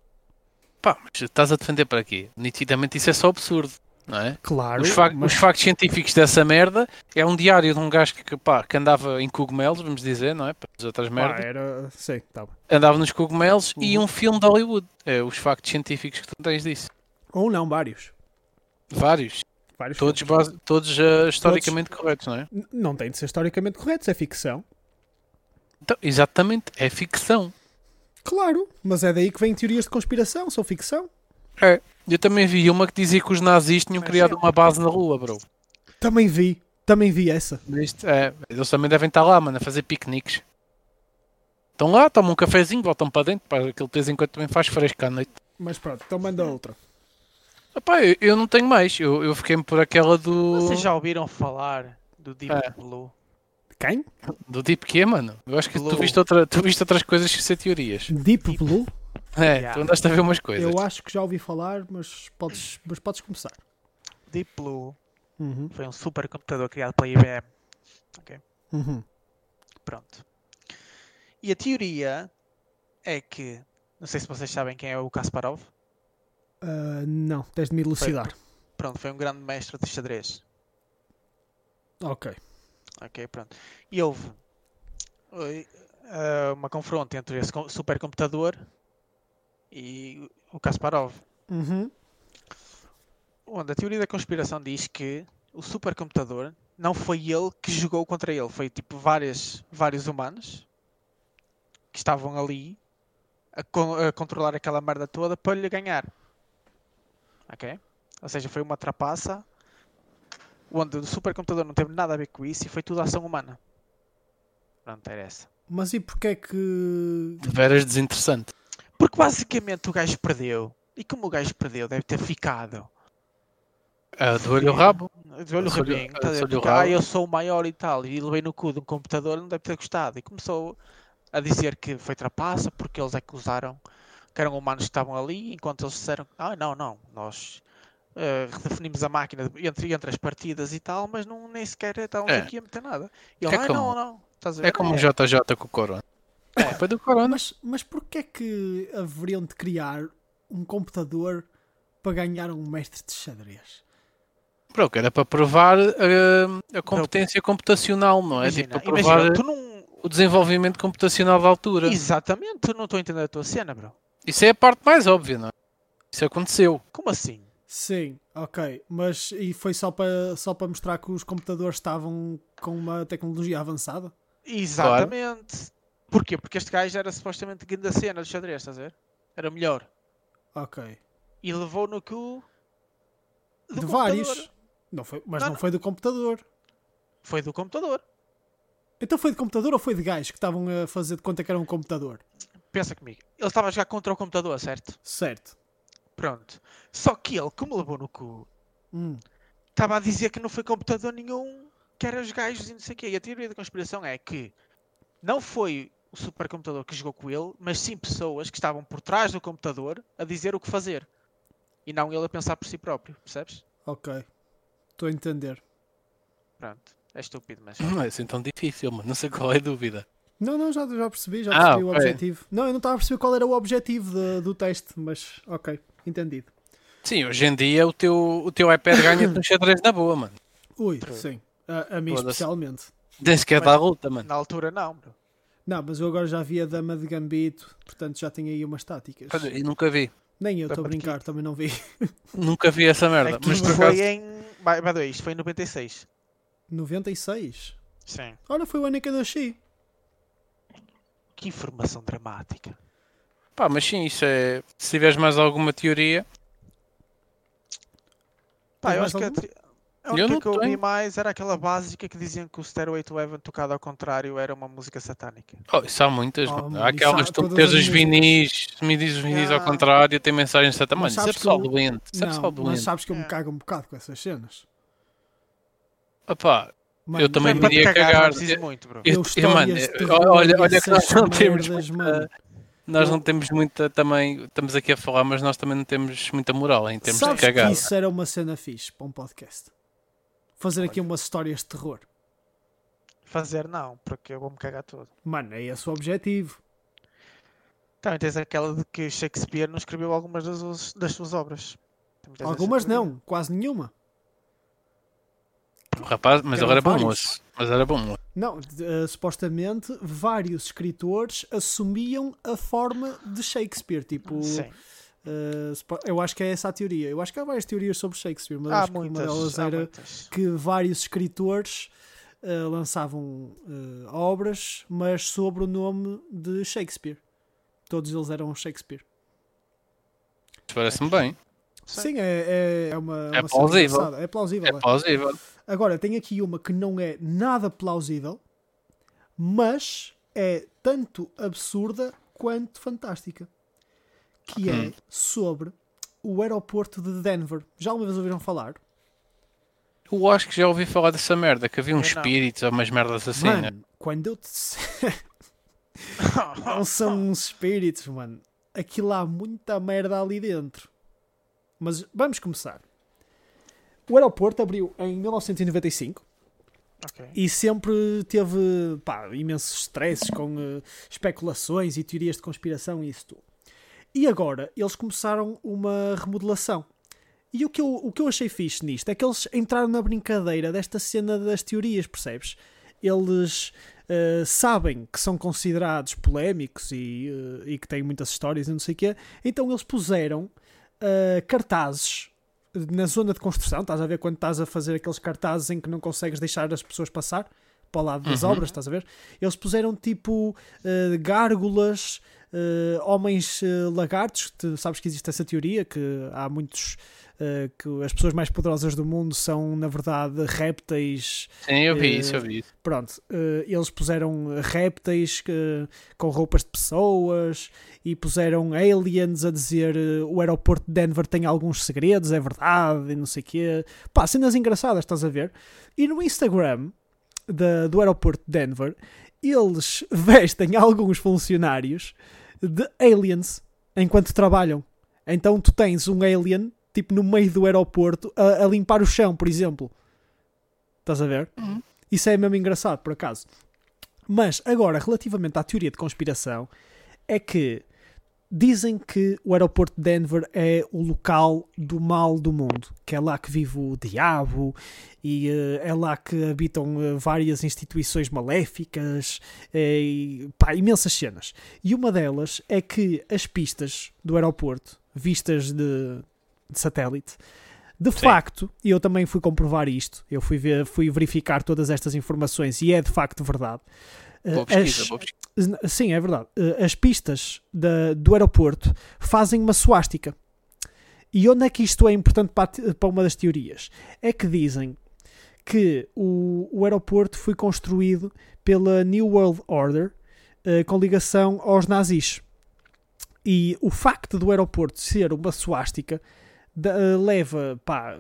S3: pá, mas estás a defender para quê? Nitidamente isso é só absurdo, não é?
S2: Claro.
S3: Os, fac-
S2: mas-
S3: os factos científicos dessa merda é um diário de um gajo que, que, pá, que andava em cogumelos, vamos dizer, não é? Para as outras
S2: Pá,
S3: merdas,
S2: era. Sei, tá bem.
S3: andava nos cogumelos e um filme de Hollywood. É os factos científicos que tu tens disso.
S2: Ou não, vários.
S3: Vários.
S2: Vários
S3: Todos,
S2: filmes.
S3: base- todos ah, historicamente corretos, não é?
S2: N- Não tem de ser historicamente corretos, é ficção.
S3: Então, exatamente, é ficção.
S2: Claro, mas é daí que vêm teorias de conspiração, são ficção.
S3: É. Eu também vi uma que dizia que os nazis tinham
S1: Mas
S3: criado
S1: é.
S3: uma base na rua, bro.
S2: Também vi, também vi essa.
S3: Isto, é, eles também devem estar lá, mano, a fazer piqueniques. Estão lá, tomam um cafezinho, voltam para dentro, para aquele de vez em quando também faz fresca à noite.
S2: Mas pronto, então manda outra.
S3: Epá, eu, eu não tenho mais, eu, eu fiquei-me por aquela do.
S1: Vocês já ouviram falar do Deep
S3: É.
S1: Blue?
S2: Quem?
S3: Do tipo quê, mano? Eu acho que tu
S1: Blue.
S3: viste, outra, tu viste outras coisas que
S1: (laughs)
S3: ser teorias.
S2: Deep Blue?
S3: É,
S1: Yeah.
S3: tu andaste a ver umas coisas.
S2: Eu acho que já ouvi falar, mas podes, mas podes começar.
S1: Deep Blue
S2: Uhum,
S1: foi um supercomputador criado pela IBM.
S2: uhum.
S1: Pronto. E a teoria é que, não sei se vocês sabem quem é o Kasparov,
S2: Ah, não, tens de me elucidar.
S1: pronto, foi um grande mestre de xadrez.
S2: Ok.
S1: Ok, pronto. E houve oi, ah, uma confronta entre esse com- supercomputador e o Kasparov,
S2: Uhum.
S1: onde a teoria da conspiração diz que o supercomputador não foi ele que jogou contra ele, foi tipo várias, vários humanos que estavam ali a, con- a controlar aquela merda toda para lhe ganhar. Ok? Ou seja, foi uma trapaça onde o supercomputador não teve nada a ver com isso e foi tudo ação humana. Pronto, era essa.
S2: Mas e porquê é que.
S3: De veras Tipo, desinteressante.
S1: Porque basicamente o gajo perdeu. E como o gajo perdeu, deve ter ficado.
S3: Ah, do olho ao rabo.
S1: De olho
S3: Eu sou-lhe-
S1: rabinho,
S3: eu
S1: tá a dizer,
S3: sou-lhe o
S1: porque, ah,
S3: rabo."
S1: eu sou o maior e tal, e levei no cu de um computador, não deve ter gostado. E começou a dizer que foi trapaça, porque eles acusaram que eram humanos que estavam ali, enquanto eles disseram, ah, não, não, nós eh, redefinimos a máquina de- entre, entre as partidas e tal, mas não, nem sequer estávamos
S3: É.
S1: aqui a meter nada. E ele,
S3: É
S1: ah, não,
S3: como-
S1: não. Estás a ver?
S3: É como o JJ com o Corona. É. Culpa do Corona.
S2: Mas, mas porquê é que haveriam de criar um computador para ganhar um mestre de xadrez?
S3: Bro, que era para provar ah, a competência computacional, não é?
S1: Imagina,
S3: tipo, para
S1: imagina,
S3: provar
S1: tu não...
S3: o desenvolvimento computacional da altura.
S1: Exatamente, tu não estou a entender a tua cena, bro.
S3: Isso é a parte mais óbvia, não é? Isso aconteceu.
S1: Como assim?
S2: Sim, ok. Mas e foi só para só para mostrar que os computadores estavam com uma tecnologia avançada?
S1: Exatamente. Porquê? Porque este gajo era supostamente grande a cena do xadrez, estás a ver? Era o melhor.
S2: Ok.
S1: E levou no cu. do
S2: de
S1: computador.
S2: vários. Não foi, mas
S1: Não,
S2: não,
S1: não.
S2: foi do computador.
S1: Foi do computador.
S2: Então foi de computador ou foi de gajos que estavam a fazer de conta que era um computador?
S1: Pensa comigo. Ele estava a jogar contra o computador, certo?
S2: Certo.
S1: Pronto. Só que ele, como levou no cu,
S2: Hum.
S1: estava a dizer que não foi computador nenhum, que eram os gajos e não sei o quê. E a teoria da conspiração é que não foi o supercomputador que jogou com ele, mas sim pessoas que estavam por trás do computador a dizer o que fazer. E não ele a pensar por si próprio, percebes?
S2: Ok. Estou a entender.
S1: Pronto. É estúpido, mas.
S3: Não é assim tão difícil, mano. Não sei qual é a dúvida.
S2: Não, não, já, já percebi, já
S3: Ah,
S2: percebi o
S3: ok.
S2: objetivo. Não, eu não estava a perceber qual era o objetivo de- do teste, mas ok, entendido.
S3: Sim, hoje em dia o teu, o teu iPad ganha-te um xadrez na boa, mano.
S2: Ui,
S1: True.
S2: sim. A, a mim
S3: Foda-se.
S2: especialmente.
S3: Nem sequer
S1: Mas-
S3: dá luta, mano.
S1: Na altura, não, bro.
S2: Não, mas eu agora já vi a dama de gambito, portanto já tenho aí umas táticas.
S3: Olha, eu nunca vi.
S2: Nem eu estou a
S1: Dama de quê?
S2: brincar, também não vi. (laughs)
S3: Nunca vi
S2: É
S3: essa merda.
S1: Aqui
S3: Mas por
S1: foi
S3: acaso.
S1: em. By, by the way, isto foi em 96.
S2: 96.
S1: Sim.
S2: Olha, foi o ano em que eu nasci.
S1: Que informação dramática.
S3: Pá, mas sim, isso é. Se tiveres mais alguma teoria.
S1: Pá,
S2: Tens
S1: eu
S2: mais
S1: acho que a,
S2: alguma?
S1: tri- a
S3: Eu
S1: única
S3: não
S1: que eu ouvi
S3: tenho.
S1: mais era aquela básica que diziam que o Stairway to Heaven tocado ao contrário era uma música satânica.
S3: Oh, isso há muitas,
S2: Oh,
S3: mano.
S2: mano,
S3: Há
S2: isso há
S3: aquelas que tu
S2: todas
S3: metes
S2: as
S3: os vinis, se me dizes os vinis ao
S1: Ah.
S3: contrário, tem mensagem certa. Mano,
S2: Mas
S3: isso é
S2: sabes que
S3: pessoal
S2: eu-
S3: doente. Isso é
S2: Não,
S3: pessoal
S2: mas
S3: doente.
S2: sabes que eu me
S1: É.
S2: cago um bocado com essas cenas.
S3: Opá,
S2: Mano,
S3: Eu também
S1: Mas
S2: eu-
S1: para
S3: podia
S1: te cagar,
S3: cagar,
S1: não preciso
S3: eu-
S1: muito, bro.
S3: eu-
S2: eu
S3: eu,
S2: histórias
S3: mano,
S2: de
S3: eu-
S2: terror
S3: olha,
S2: e
S3: olha que nós
S2: essas
S3: não temos.
S2: merdas,
S3: muita-
S2: mano.
S3: Nós
S2: Eu-
S3: não temos muita também. Estamos aqui a falar, mas nós também não temos muita moral em termos
S2: Sabes
S3: de cagar.
S2: que isso era uma cena fixe para um podcast. Fazer aqui umas histórias de terror.
S1: Fazer não, porque eu vou-me cagar todo.
S2: Mano, é esse o objetivo.
S1: Também tens aquela de que Shakespeare não escreveu algumas das, suas- das suas obras. Também tens essa
S2: Algumas
S1: teoria.
S2: não, quase nenhuma.
S3: Rapaz, mas
S2: Eram
S3: agora era bom
S2: vários.
S3: moço. Mas era bom moço.
S2: Não, de- eh, supostamente vários escritores assumiam a forma de Shakespeare. Tipo,
S1: Sim.
S2: eh, supo- eu acho que é essa a teoria. Eu acho que há várias teorias sobre Shakespeare, mas
S1: Há
S2: acho que uma delas
S1: muitas, há
S2: era (laughs)
S1: muitas.
S2: que vários escritores eh, lançavam eh, obras, mas sobre o nome de Shakespeare. Todos eles eram Shakespeare.
S3: Parece-me bem.
S1: Sim.
S2: Sim, é, é, é uma.
S3: É
S2: uma cena
S3: plausível.
S2: engraçada. É plausível.
S3: É
S2: é.
S3: plausível.
S2: Agora, tem aqui uma que não é nada plausível, mas é tanto absurda quanto fantástica. Que é sobre o aeroporto de Denver. Já uma vez ouviram falar?
S3: Eu acho que já ouvi falar dessa merda, que havia uns
S1: Eu não.
S3: espíritos ou umas merdas assim, né?
S2: Mano, quando eu te disser- não são uns espíritos, mano. Aquilo há muita merda ali dentro. Mas vamos começar. O aeroporto abriu em 1995
S1: Ok.
S2: e sempre teve pá, imensos stresses com eh, especulações e teorias de conspiração e isso tudo. E agora eles começaram uma remodelação. E o que, eu, o que eu achei fixe nisto é que eles entraram na brincadeira desta cena das teorias, percebes? Eles eh, sabem que são considerados polémicos e, eh, e que têm muitas histórias e não sei o quê, então eles puseram eh, cartazes na zona de construção, estás a ver quando estás a fazer aqueles cartazes em que não consegues deixar as pessoas passar para o lado das obras, estás a ver? Eles puseram tipo eh, gárgulas, eh, homens eh, lagartos, que tu sabes que existe essa teoria que há muitos eh, que as pessoas mais poderosas do mundo são na verdade répteis
S3: Sim, eu vi
S2: Eh,
S3: isso, eu vi isso.
S2: pronto, eh, eles puseram répteis que- com roupas de pessoas e puseram aliens a dizer eh, o aeroporto de Denver tem alguns segredos, é verdade, e não sei o quê. Pá, cenas engraçadas, estás a ver? E no Instagram da- do aeroporto de Denver, eles (laughs) vestem alguns funcionários de aliens enquanto trabalham. Então tu tens um alien, tipo, no meio do aeroporto a, a limpar o chão, por exemplo. Estás a ver? Isso é mesmo engraçado, por acaso. Mas agora, relativamente à teoria de conspiração, é que dizem que o aeroporto de Denver é o local do mal do mundo, que é lá que vive o diabo e eh, é lá que habitam eh, várias instituições maléficas eh, e pá, imensas cenas. E uma delas é que as pistas do aeroporto, vistas de, de satélite, de facto, e eu também fui comprovar isto, eu fui, ver, fui verificar todas estas informações e é de facto verdade. eh,
S3: Boa
S2: as-
S3: pesquisa, boa pesquisa.
S2: Sim, é verdade. Eh, As pistas da- do aeroporto fazem uma suástica. E onde é que isto é importante para, a te- para uma das teorias? É que dizem que o, o aeroporto foi construído pela New World Order eh, com ligação aos nazis. E o facto do aeroporto ser uma suástica da- eh, leva, pá,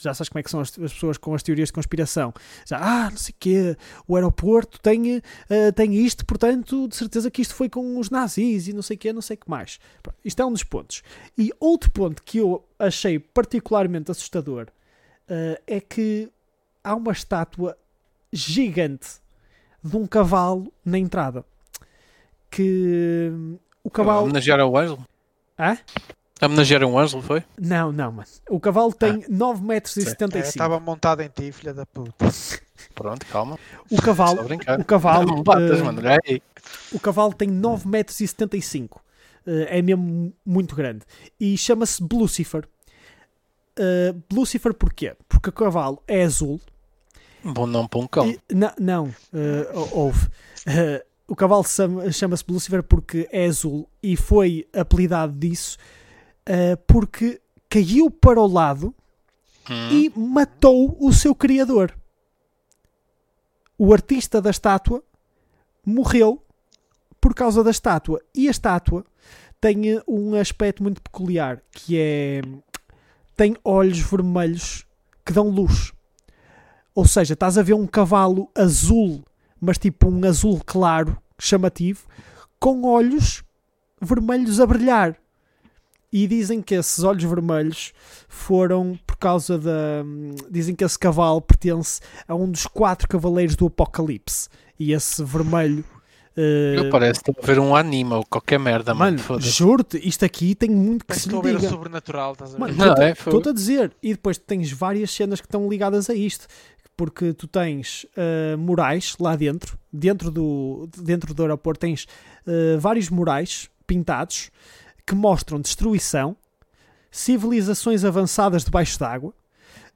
S2: já sabes como é que são as, as pessoas com as teorias de conspiração. Já, ah, não sei o quê, o aeroporto tem, eh, tem isto, portanto, de certeza que isto foi com os nazis e não sei o quê, não sei o que mais. Pronto, Isto é um dos pontos. E outro ponto que eu achei particularmente assustador eh, é que há uma estátua gigante de um cavalo na entrada. Que hum, o
S3: A
S2: cavalo.
S3: homenagear ao Ângelo?
S2: Hã?
S3: A homenagear um Ângelo, foi?
S2: Não, não, mano. O cavalo tem 9 metros e
S3: Ah, Sim. É, tá
S2: 75.
S1: Estava montado em ti, filha da puta.
S3: Pronto, calma.
S2: O
S3: Só a
S2: cavalo, (laughs)
S3: brincar.
S2: o cavalo,
S3: Não batas,
S2: eh,
S3: mano. olha aí.
S2: o cavalo tem 9 metros e 75. Eh, é mesmo muito grande. E chama-se Blucifer. Eh, Blucifer porquê? Porque o cavalo é azul.
S3: Bom nome para um cão.
S2: E- na- não, eh, ou- houve. Eh, o cavalo chama- chama-se Blucifer porque é azul e foi apelidado disso eh, porque caiu para o lado
S3: Hum,
S2: e matou o seu criador. O artista da estátua morreu por causa da estátua. E a estátua tem eh, um aspecto muito peculiar, que é tem olhos vermelhos que dão luz. Ou seja, estás a ver um cavalo azul, mas tipo um azul claro, chamativo, com olhos vermelhos a brilhar. E dizem que esses olhos vermelhos foram por causa da. Dizem que esse cavalo pertence a um dos quatro cavaleiros do Apocalipse. E esse vermelho. eh,
S3: Eu parece que estou a ver um anime ou qualquer merda, mano.
S2: Mano,
S3: Foda-se.
S2: juro-te, isto aqui tem muito que
S1: Parece
S2: se
S1: que estou
S2: lhe
S1: a ver o
S2: diga.
S1: sobrenatural, estás a ver?
S2: Mano,
S3: Não,
S2: estou-te
S3: é, foi-
S2: estou-te a dizer. E depois tens várias cenas que estão ligadas a isto. Porque tu tens ah, murais lá dentro, dentro do, dentro do aeroporto, tens ah, vários murais pintados que mostram destruição, civilizações avançadas debaixo d'água.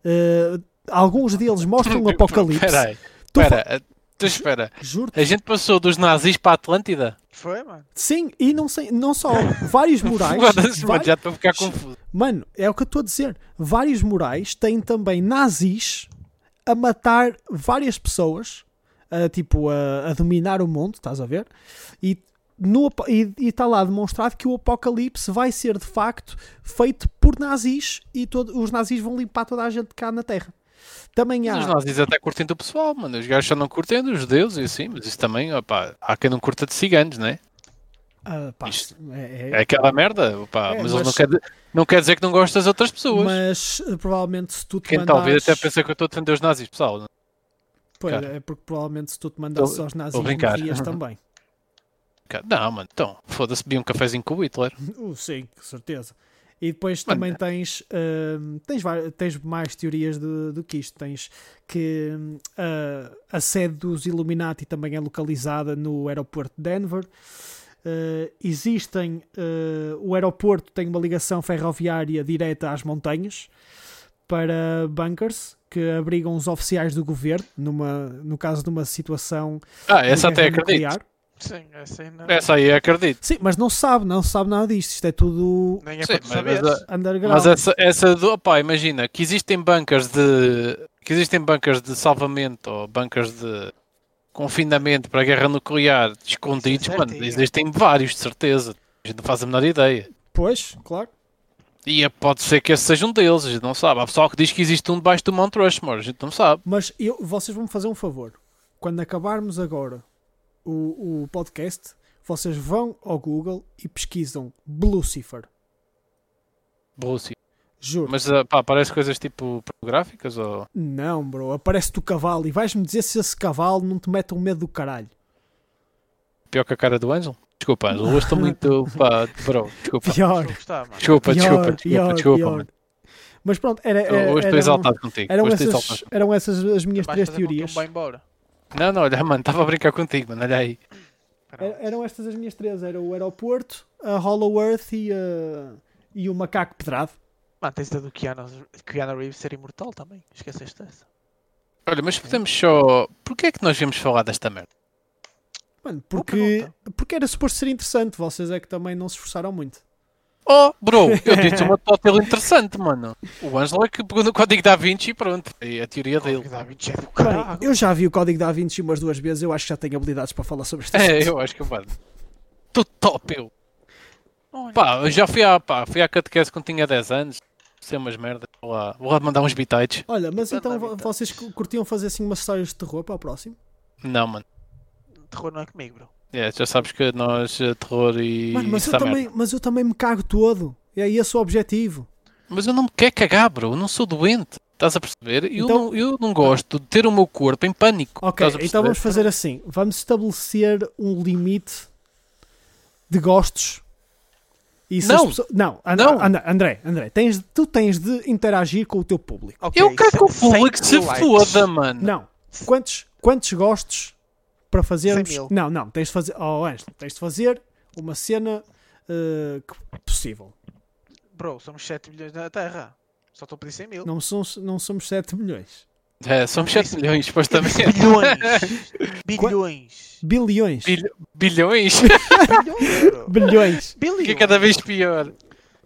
S2: ah, alguns deles
S3: (laughs)
S2: mostram o um apocalipse.
S3: Espera aí.
S2: Tu fa-
S3: Espera. eh, tu Espera.
S2: Juro-te.
S3: A gente passou dos nazis para a Atlântida?
S1: Foi, mano.
S2: Sim, e não, sei, não só vários murais.
S3: (laughs) Foda-se,
S2: vai-
S3: mano. Já estou a ficar confuso.
S2: Mano, é o que eu estou a dizer. Vários murais têm também nazis a matar várias pessoas, a, tipo, a, a dominar o mundo, estás a ver? E no apo- e está lá demonstrado que o apocalipse vai ser de facto feito por nazis e todo, os nazis vão limpar toda a gente cá na Terra. Também
S3: Os
S2: há.
S3: nazis até curtem do pessoal, mano. Os gajos só não curtem dos judeus e assim, mas isso também, opá, há quem não curta de ciganos, né?
S2: Ah, pá,
S3: Isto-
S2: é- é-
S3: É aquela merda, opá,
S2: É,
S3: mas,
S2: mas-
S3: eles não quer, não quer dizer que não gostas das outras pessoas.
S2: mas eh, provavelmente se tu te
S3: Quem tá talvez
S2: mandares-
S3: até pensa que eu estou a defender os nazis, pessoal.
S2: Pois,
S3: brincar.
S2: é porque provavelmente se tu te mandasses
S3: Tô-
S2: aos
S3: tô
S2: nazis,
S3: a brincar. (laughs)
S2: morrias também.
S3: Cara, Não, mano, então, foda-se, bebi um cafezinho com o Hitler.
S2: (laughs) Uh, sim, com certeza. E depois
S3: Mano.
S2: também tens, hum, tens, vai- tens mais teorias do, do que isto. Tens que hum, a, a sede dos Illuminati também é localizada no aeroporto de Denver. Uh, existem. uh, o aeroporto tem uma ligação ferroviária direta às montanhas para bunkers que abrigam os oficiais do governo, numa, no caso de uma situação.
S3: Ah,
S2: de
S3: essa até
S2: guerra
S3: acredito.
S2: nuclear.
S1: Sim, essa ainda.
S3: Essa aí acredito.
S2: Sim, mas não se sabe, não se sabe nada disto. Isto é tudo
S1: Nem é
S3: Sim,
S1: para tu
S3: mas
S1: saberes.
S3: a-
S2: underground.
S3: Mas essa, essa do. Opá, imagina que existem bunkers de. Que existem bunkers de salvamento ou bunkers de confinamento para a guerra nuclear escondidos,
S1: Isso é
S3: mano.
S1: certinho.
S3: Existem vários, de certeza. A gente não faz a menor ideia.
S2: Pois, claro.
S3: E é- pode ser que esse seja um deles, a gente não sabe. Há pessoal que diz que existe um debaixo do Mount Rushmore, a gente não sabe.
S2: Mas eu, vocês vão me fazer um favor. Quando acabarmos agora o, o podcast, vocês vão ao Google e pesquisam Lucifer.
S3: Borussia.
S2: Juro.
S3: Mas ah, pá, parece coisas tipo pornográficas ou.
S2: Não, bro. Aparece-te o cavalo e vais-me dizer se esse cavalo não te mete um medo do
S3: (laughs)
S2: caralho.
S3: Pior que a cara do Ângelo? Desculpa, Ângelo, hoje estou muito. pá, bro,
S2: (laughs)
S3: desculpa.
S1: Estou a
S2: Pior.
S1: gostar, mano.
S3: Desculpa,
S2: pior,
S3: desculpa, desculpa,
S2: pior,
S3: desculpa,
S2: pior.
S3: mano.
S2: Mas pronto, era, era, um-
S3: Eu- Hoje estou
S2: eram,
S3: exaltado contigo.
S2: eram
S3: Hoje estou exaltado.
S2: essas, eram essas as minhas
S1: Vais
S2: três
S1: fazer com que eu me
S2: teorias.
S1: vá um embora.
S3: Não, não, olha, mano, estava a brincar contigo, mano, olha aí.
S1: Espera
S2: Era-
S1: lá.
S2: Eram estas as minhas três. Era o aeroporto, a Hollow Earth e, a- e o macaco pedrado.
S1: Mano, tens a do Keanu, Keanu Reeves ser imortal também. Esqueceste dessa.
S3: Olha, mas podemos só. Porquê é que nós viemos falar desta merda?
S2: Mano,
S1: Boa
S2: porque, porque era suposto ser interessante, vocês é que também não se esforçaram muito.
S3: Oh, bro, eu disse uma total interessante, mano. O Ângelo é que pegou no código da Vinci e pronto. É a teoria dele.
S1: Dá 20 é do
S2: Bem,
S1: caralho.
S2: eu já vi o código da Vinci umas duas vezes, eu acho que já tenho habilidades para falar
S3: (laughs)
S2: sobre este
S3: É,
S2: assunto.
S3: eu acho que, mano. Tô top, eu.
S1: Olha,
S3: Pá, eu já fui à, pá, fui à catequese quando tinha 10 anos. Sei umas merdas. Vou lá, vou lá mandar uns bitites.
S2: Olha, mas então vo-
S1: habilidades.
S2: vocês cu- curtiam fazer assim umas histórias de terror para o próximo?
S3: Não, mano.
S1: Terror não é comigo, bro.
S3: É, já sabes que nós, eh, terror e.
S2: Mano, mas
S3: isso
S2: eu,
S3: dá merda.
S2: também, mas eu também me cago todo. É esse o objetivo.
S3: Mas eu não me quero cagar, bro. Eu não sou doente. Estás a perceber? Eu,
S2: Então-
S3: não, eu não gosto de ter o meu corpo em pânico.
S2: Ok,
S3: Estás a
S2: então vamos
S3: perceber?
S2: fazer assim. Vamos estabelecer um limite de gostos. E se
S3: Não.
S2: as pessoas- não, And-
S3: Não.
S2: And- André, André, tens, tu tens de interagir com o teu público.
S1: Ok, é então,
S3: Eu quero que o
S1: cem- cem
S3: público se
S1: likes.
S3: foda, mano.
S2: Não. Quantos, quantos gostos para fazermos?
S1: 100 mil.
S2: Não, não. Tens de fazer. Oh, Ângelo, tens de fazer uma cena eh, que- possível.
S1: Bro, somos 7 milhões na Terra. Só estou a pedir 100 mil.
S2: Não somos, não somos 7 milhões.
S3: É, somos 7 milhões, supostamente.
S1: Bilhões.
S2: (laughs)
S1: Bilhões.
S2: Bilhões.
S3: Bil- (laughs) bilhões? (laughs)
S1: Bilhões, bro.
S2: Bilhões.
S1: Bilhões.
S3: Fica cada vez pior.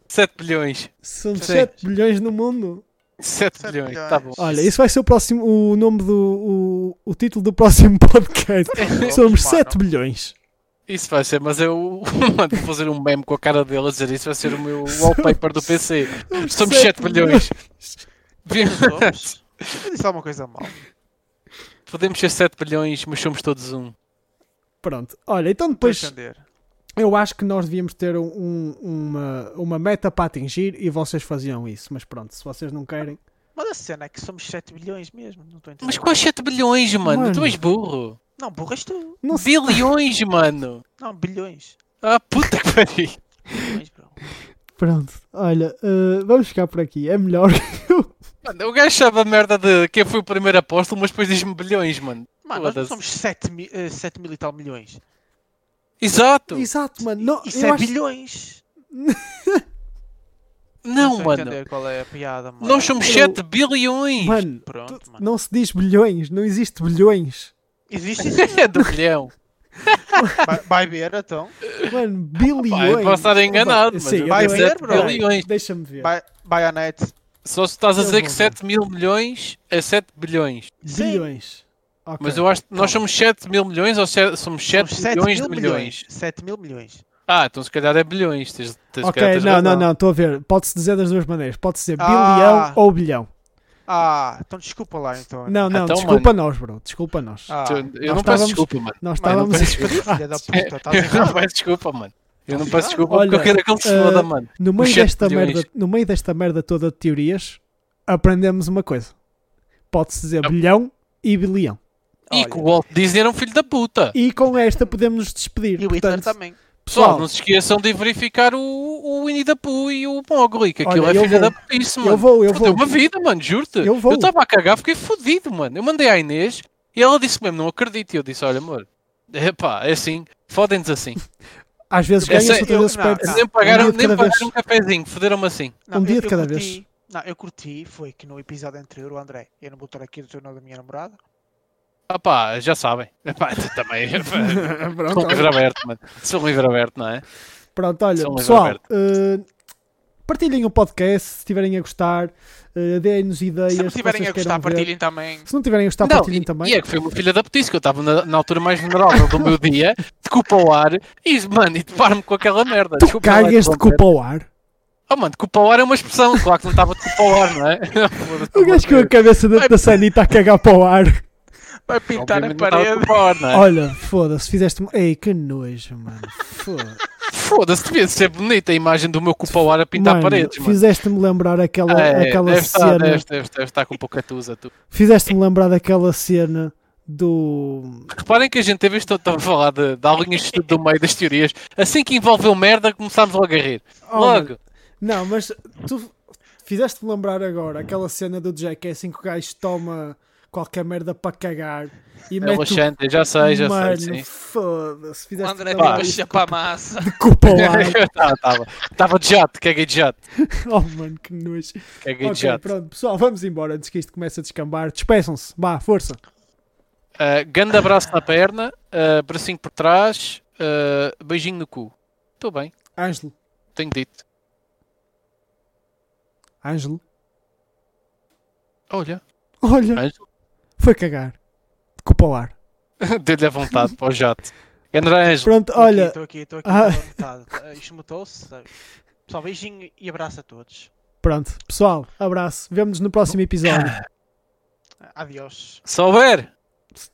S3: 7 bilhões.
S2: São
S3: Sim.
S2: 7 bilhões no mundo.
S3: 7
S1: Sete
S3: bilhões,
S1: bilhões.
S3: tá bom.
S2: Olha, isso vai ser o próximo. O nome do. O, o título do próximo (laughs) podcast. Somos
S1: Mano.
S2: 7 bilhões.
S3: Isso vai ser, mas eu (laughs) mano, vou fazer um meme com a cara dele a dizer isso vai ser o
S2: (laughs)
S3: meu wallpaper do PC. Somos 7 bilhões.
S1: Somos. Eu disse alguma coisa mal.
S3: (laughs) Podemos ser 7 bilhões, mas somos todos um.
S2: Pronto. Olha, então
S1: Pois.
S2: depois.
S3: é.
S2: Eu acho que nós devíamos ter um- um- uma, uma meta para atingir e vocês faziam isso. Mas pronto, se vocês não querem.
S1: Mas a cena é que somos 7 bilhões mesmo. Não estou a entender.
S3: Mas quais 7 bilhões, mano?
S2: Mano.
S3: Tu és burro.
S1: Não, burro és tu.
S2: Não sei.
S3: Bilhões, mano.
S1: Não, bilhões.
S3: Ah, puta que pariu.
S1: Bilhões, bro.
S2: Pronto, olha, eh, vamos ficar por aqui. É melhor.
S3: Mano, o gajo sabe a merda de quem foi o primeiro apóstolo, mas depois diz-me bilhões, mano.
S1: Mano, nós não
S3: Foda-se.
S1: somos 7 mil, eh, sete mil e tal milhões.
S3: Exato.
S2: (laughs) Exato, mano. Não,
S1: Isso é
S2: eu acho-
S1: bilhões.
S3: Não,
S1: estou a
S3: mano.
S1: entender qual é a piada, mano.
S3: Nós somos
S2: Eu-
S3: 7 bilhões.
S2: Mano,
S1: Pronto,
S2: tu-
S1: mano.
S2: não se diz bilhões, não existe bilhões.
S1: Existe (laughs) isso?
S3: (laughs) É do bilhão.
S1: Vai- Vai ver, então.
S2: Mano,
S3: (laughs)
S2: bilhões.
S3: Pá, eu posso estar enganado, mas
S2: Sim, eu
S1: vai
S2: também-
S1: ver,
S3: 7
S1: bro.
S3: bilhões.
S2: Deixa-me ver.
S1: Vai, vai à net.
S3: Só se estás a
S2: Eu
S3: dizer que
S2: vou
S3: 7 mil milhões é 7 bilhões.
S2: Bilhões. Ok. Então,
S3: Mas eu acho que nós somos 7 mil milhões ou se- somos 7
S1: Somos 7
S3: bilhões
S1: mil
S3: de milhões.
S1: 7 mil milhões.
S3: Ah, então se calhar é bilhões. Tens, tens, se
S2: Ok,
S3: calhar tens
S2: não, não,
S3: razão.
S2: não, estou a ver. Pode-se dizer das duas maneiras. Pode ser
S1: Ah.
S2: bilhão ou bilhão.
S1: Ah, então desculpa lá, então.
S2: Não, não,
S3: Então,
S2: desculpa nós, bro. Desculpa nós.
S1: Ah,
S3: Eu, eu
S2: nós
S3: não
S2: estávamos-
S3: peço desculpa, mano.
S2: Nós
S1: mano, não
S2: (laughs) estávamos.
S1: peço desculpa, filha da puta. tá Estás
S3: Eu não
S2: (laughs)
S1: errado.
S3: peço desculpa, mano. Eu não
S1: Estás
S3: peço
S1: errado.
S3: desculpa porque eu
S2: Olha,
S3: quero que ele se
S2: eh,
S3: foda, mano.
S2: No meio,
S3: Os sete
S2: desta
S3: bilhões.
S2: merda, no meio desta merda toda
S3: É.
S2: de teorias, aprendemos uma coisa. Pode-se dizer bilhão e bilhão.
S3: E
S1: Olha,
S3: que o Walt Disney era um filho da puta.
S2: E com esta podemos nos despedir.
S1: e o Hitler
S2: Portanto,
S1: também.
S3: Pessoal, não se esqueçam de verificar o, o Winnie the Pooh e o Mowgli, que aquilo
S2: Olha,
S3: é
S2: eu
S3: filha
S2: vou.
S3: da putice, mano.
S2: eu vou, eu
S3: Perdeu
S2: vou.
S3: uma vida, mano, juro-te.
S2: Eu vou.
S3: Eu estava a cagar, fiquei fodido, mano. Eu mandei à Inês e ela disse mesmo, não acredito. E eu disse, olha, amor, é pá, é assim, fodem-nos assim.
S2: Às vezes
S3: Eu
S2: ganhas,
S3: sei-
S2: outras vezes
S1: eu- não,
S2: perdes.
S1: Ah,
S3: nem
S2: Um
S3: pagaram,
S2: dia de
S3: nem
S2: cada vez.
S3: pagaram um cafezinho, foderam-me assim.
S2: Um dia de cada
S1: curti- Não, eu curti, foi que no episódio anterior, o André, eu não vou estar aqui do jornal da minha namorada.
S3: Ah pá, já sabem. (laughs) É pá,
S1: (laughs)
S3: também.
S1: Então.
S2: Pronto,
S3: Sou um
S2: olha.
S3: livro aberto, mano. Sou um livro aberto, não é?
S2: Pronto, olha,
S3: São livre
S2: pessoal,
S3: aberto.
S2: eh, partilhem o podcast se estiverem a gostar, eh, deem-nos ideias.
S1: Se não
S2: que
S1: tiverem
S2: vocês
S1: a gostar,
S2: queiram ver.
S1: partilhem também.
S2: Se não tiverem a gostar,
S3: Não,
S2: partilhem
S3: e-
S2: Tá também.
S3: E é que foi uma filha da petice, que eu estava na, na altura mais vulnerável do meu dia, de culpa ao ar, e, mano, e deparo-me com aquela merda.
S2: Tu
S3: Desculpa lá
S2: cagas de
S3: interromper.
S2: culpa ao ar.
S3: Oh, mano, de culpa ao ar é uma expressão, claro que não estava de culpa ao ar, não é?
S2: (laughs) O gajo com a cabeça dentro da sanita a cagar para o
S3: (laughs)
S2: ar.
S1: Vai pintar a
S3: Obviamente não estava
S1: parede.
S3: de culpa ao ar, não é?
S2: Olha, foda-se, fizeste. Ei, que nojo, mano. Foda-se.
S3: Foda-se, devia ser bonita a imagem do meu culpa ao ar a pintar
S2: Mano,
S3: paredes, mano.
S2: Fizeste-me lembrar aquela,
S3: É,
S2: aquela
S3: deve,
S2: cena.
S3: estar, deve, deve- deve estar com pouca tusa, tu.
S2: Fizeste-me lembrar daquela cena do.
S3: Reparem que a gente teve isto, estava a falar de, de alguém do meio das teorias. Assim que envolveu merda, começámos logo a rir.
S2: Oh,
S3: Logo.
S2: Não, mas tu fizeste-me lembrar agora aquela cena do Jackass em que o gajo toma qualquer merda para cagar e
S3: É o
S2: mete o...
S3: Alexandre, já sei, já
S2: Mano,
S3: sei, sim.
S2: foda-se.
S1: O
S2: Fizeste
S1: André
S2: lembrar
S1: vai
S2: isso.
S1: chapar a massa.
S2: Desculpa lá.
S3: (laughs) Estava Tá, de jato, caguei de jato.
S2: Oh, mano, que nojo.
S3: Caguei de
S2: Ok,
S3: jato.
S2: pronto, pessoal, vamos embora antes que isto comece a descambar. Despeçam-se. Vá, força.
S3: Ah, grande abraço na perna, ah, bracinho por trás, ah, beijinho no cu. Estou bem,
S2: Ângelo.
S3: tenho dito.
S2: Ângelo.
S3: Olha, (laughs)
S2: Olha,
S3: Ângelo,
S2: foi cagar. Desculpa ao ar.
S3: deu-lhe a vontade para o jato. Grande Ângelo,
S2: Pronto,
S1: Tô
S2: olha.
S1: aqui, Tô aqui, tô aqui.
S2: Ah.
S1: tô à
S2: (laughs)
S1: vontade. Isto mutou-se. sabe? Pessoal, beijinho e abraço a todos.
S2: Pronto, pessoal, abraço. Vemo-nos no próximo episódio.
S1: Adiós.
S3: se houver,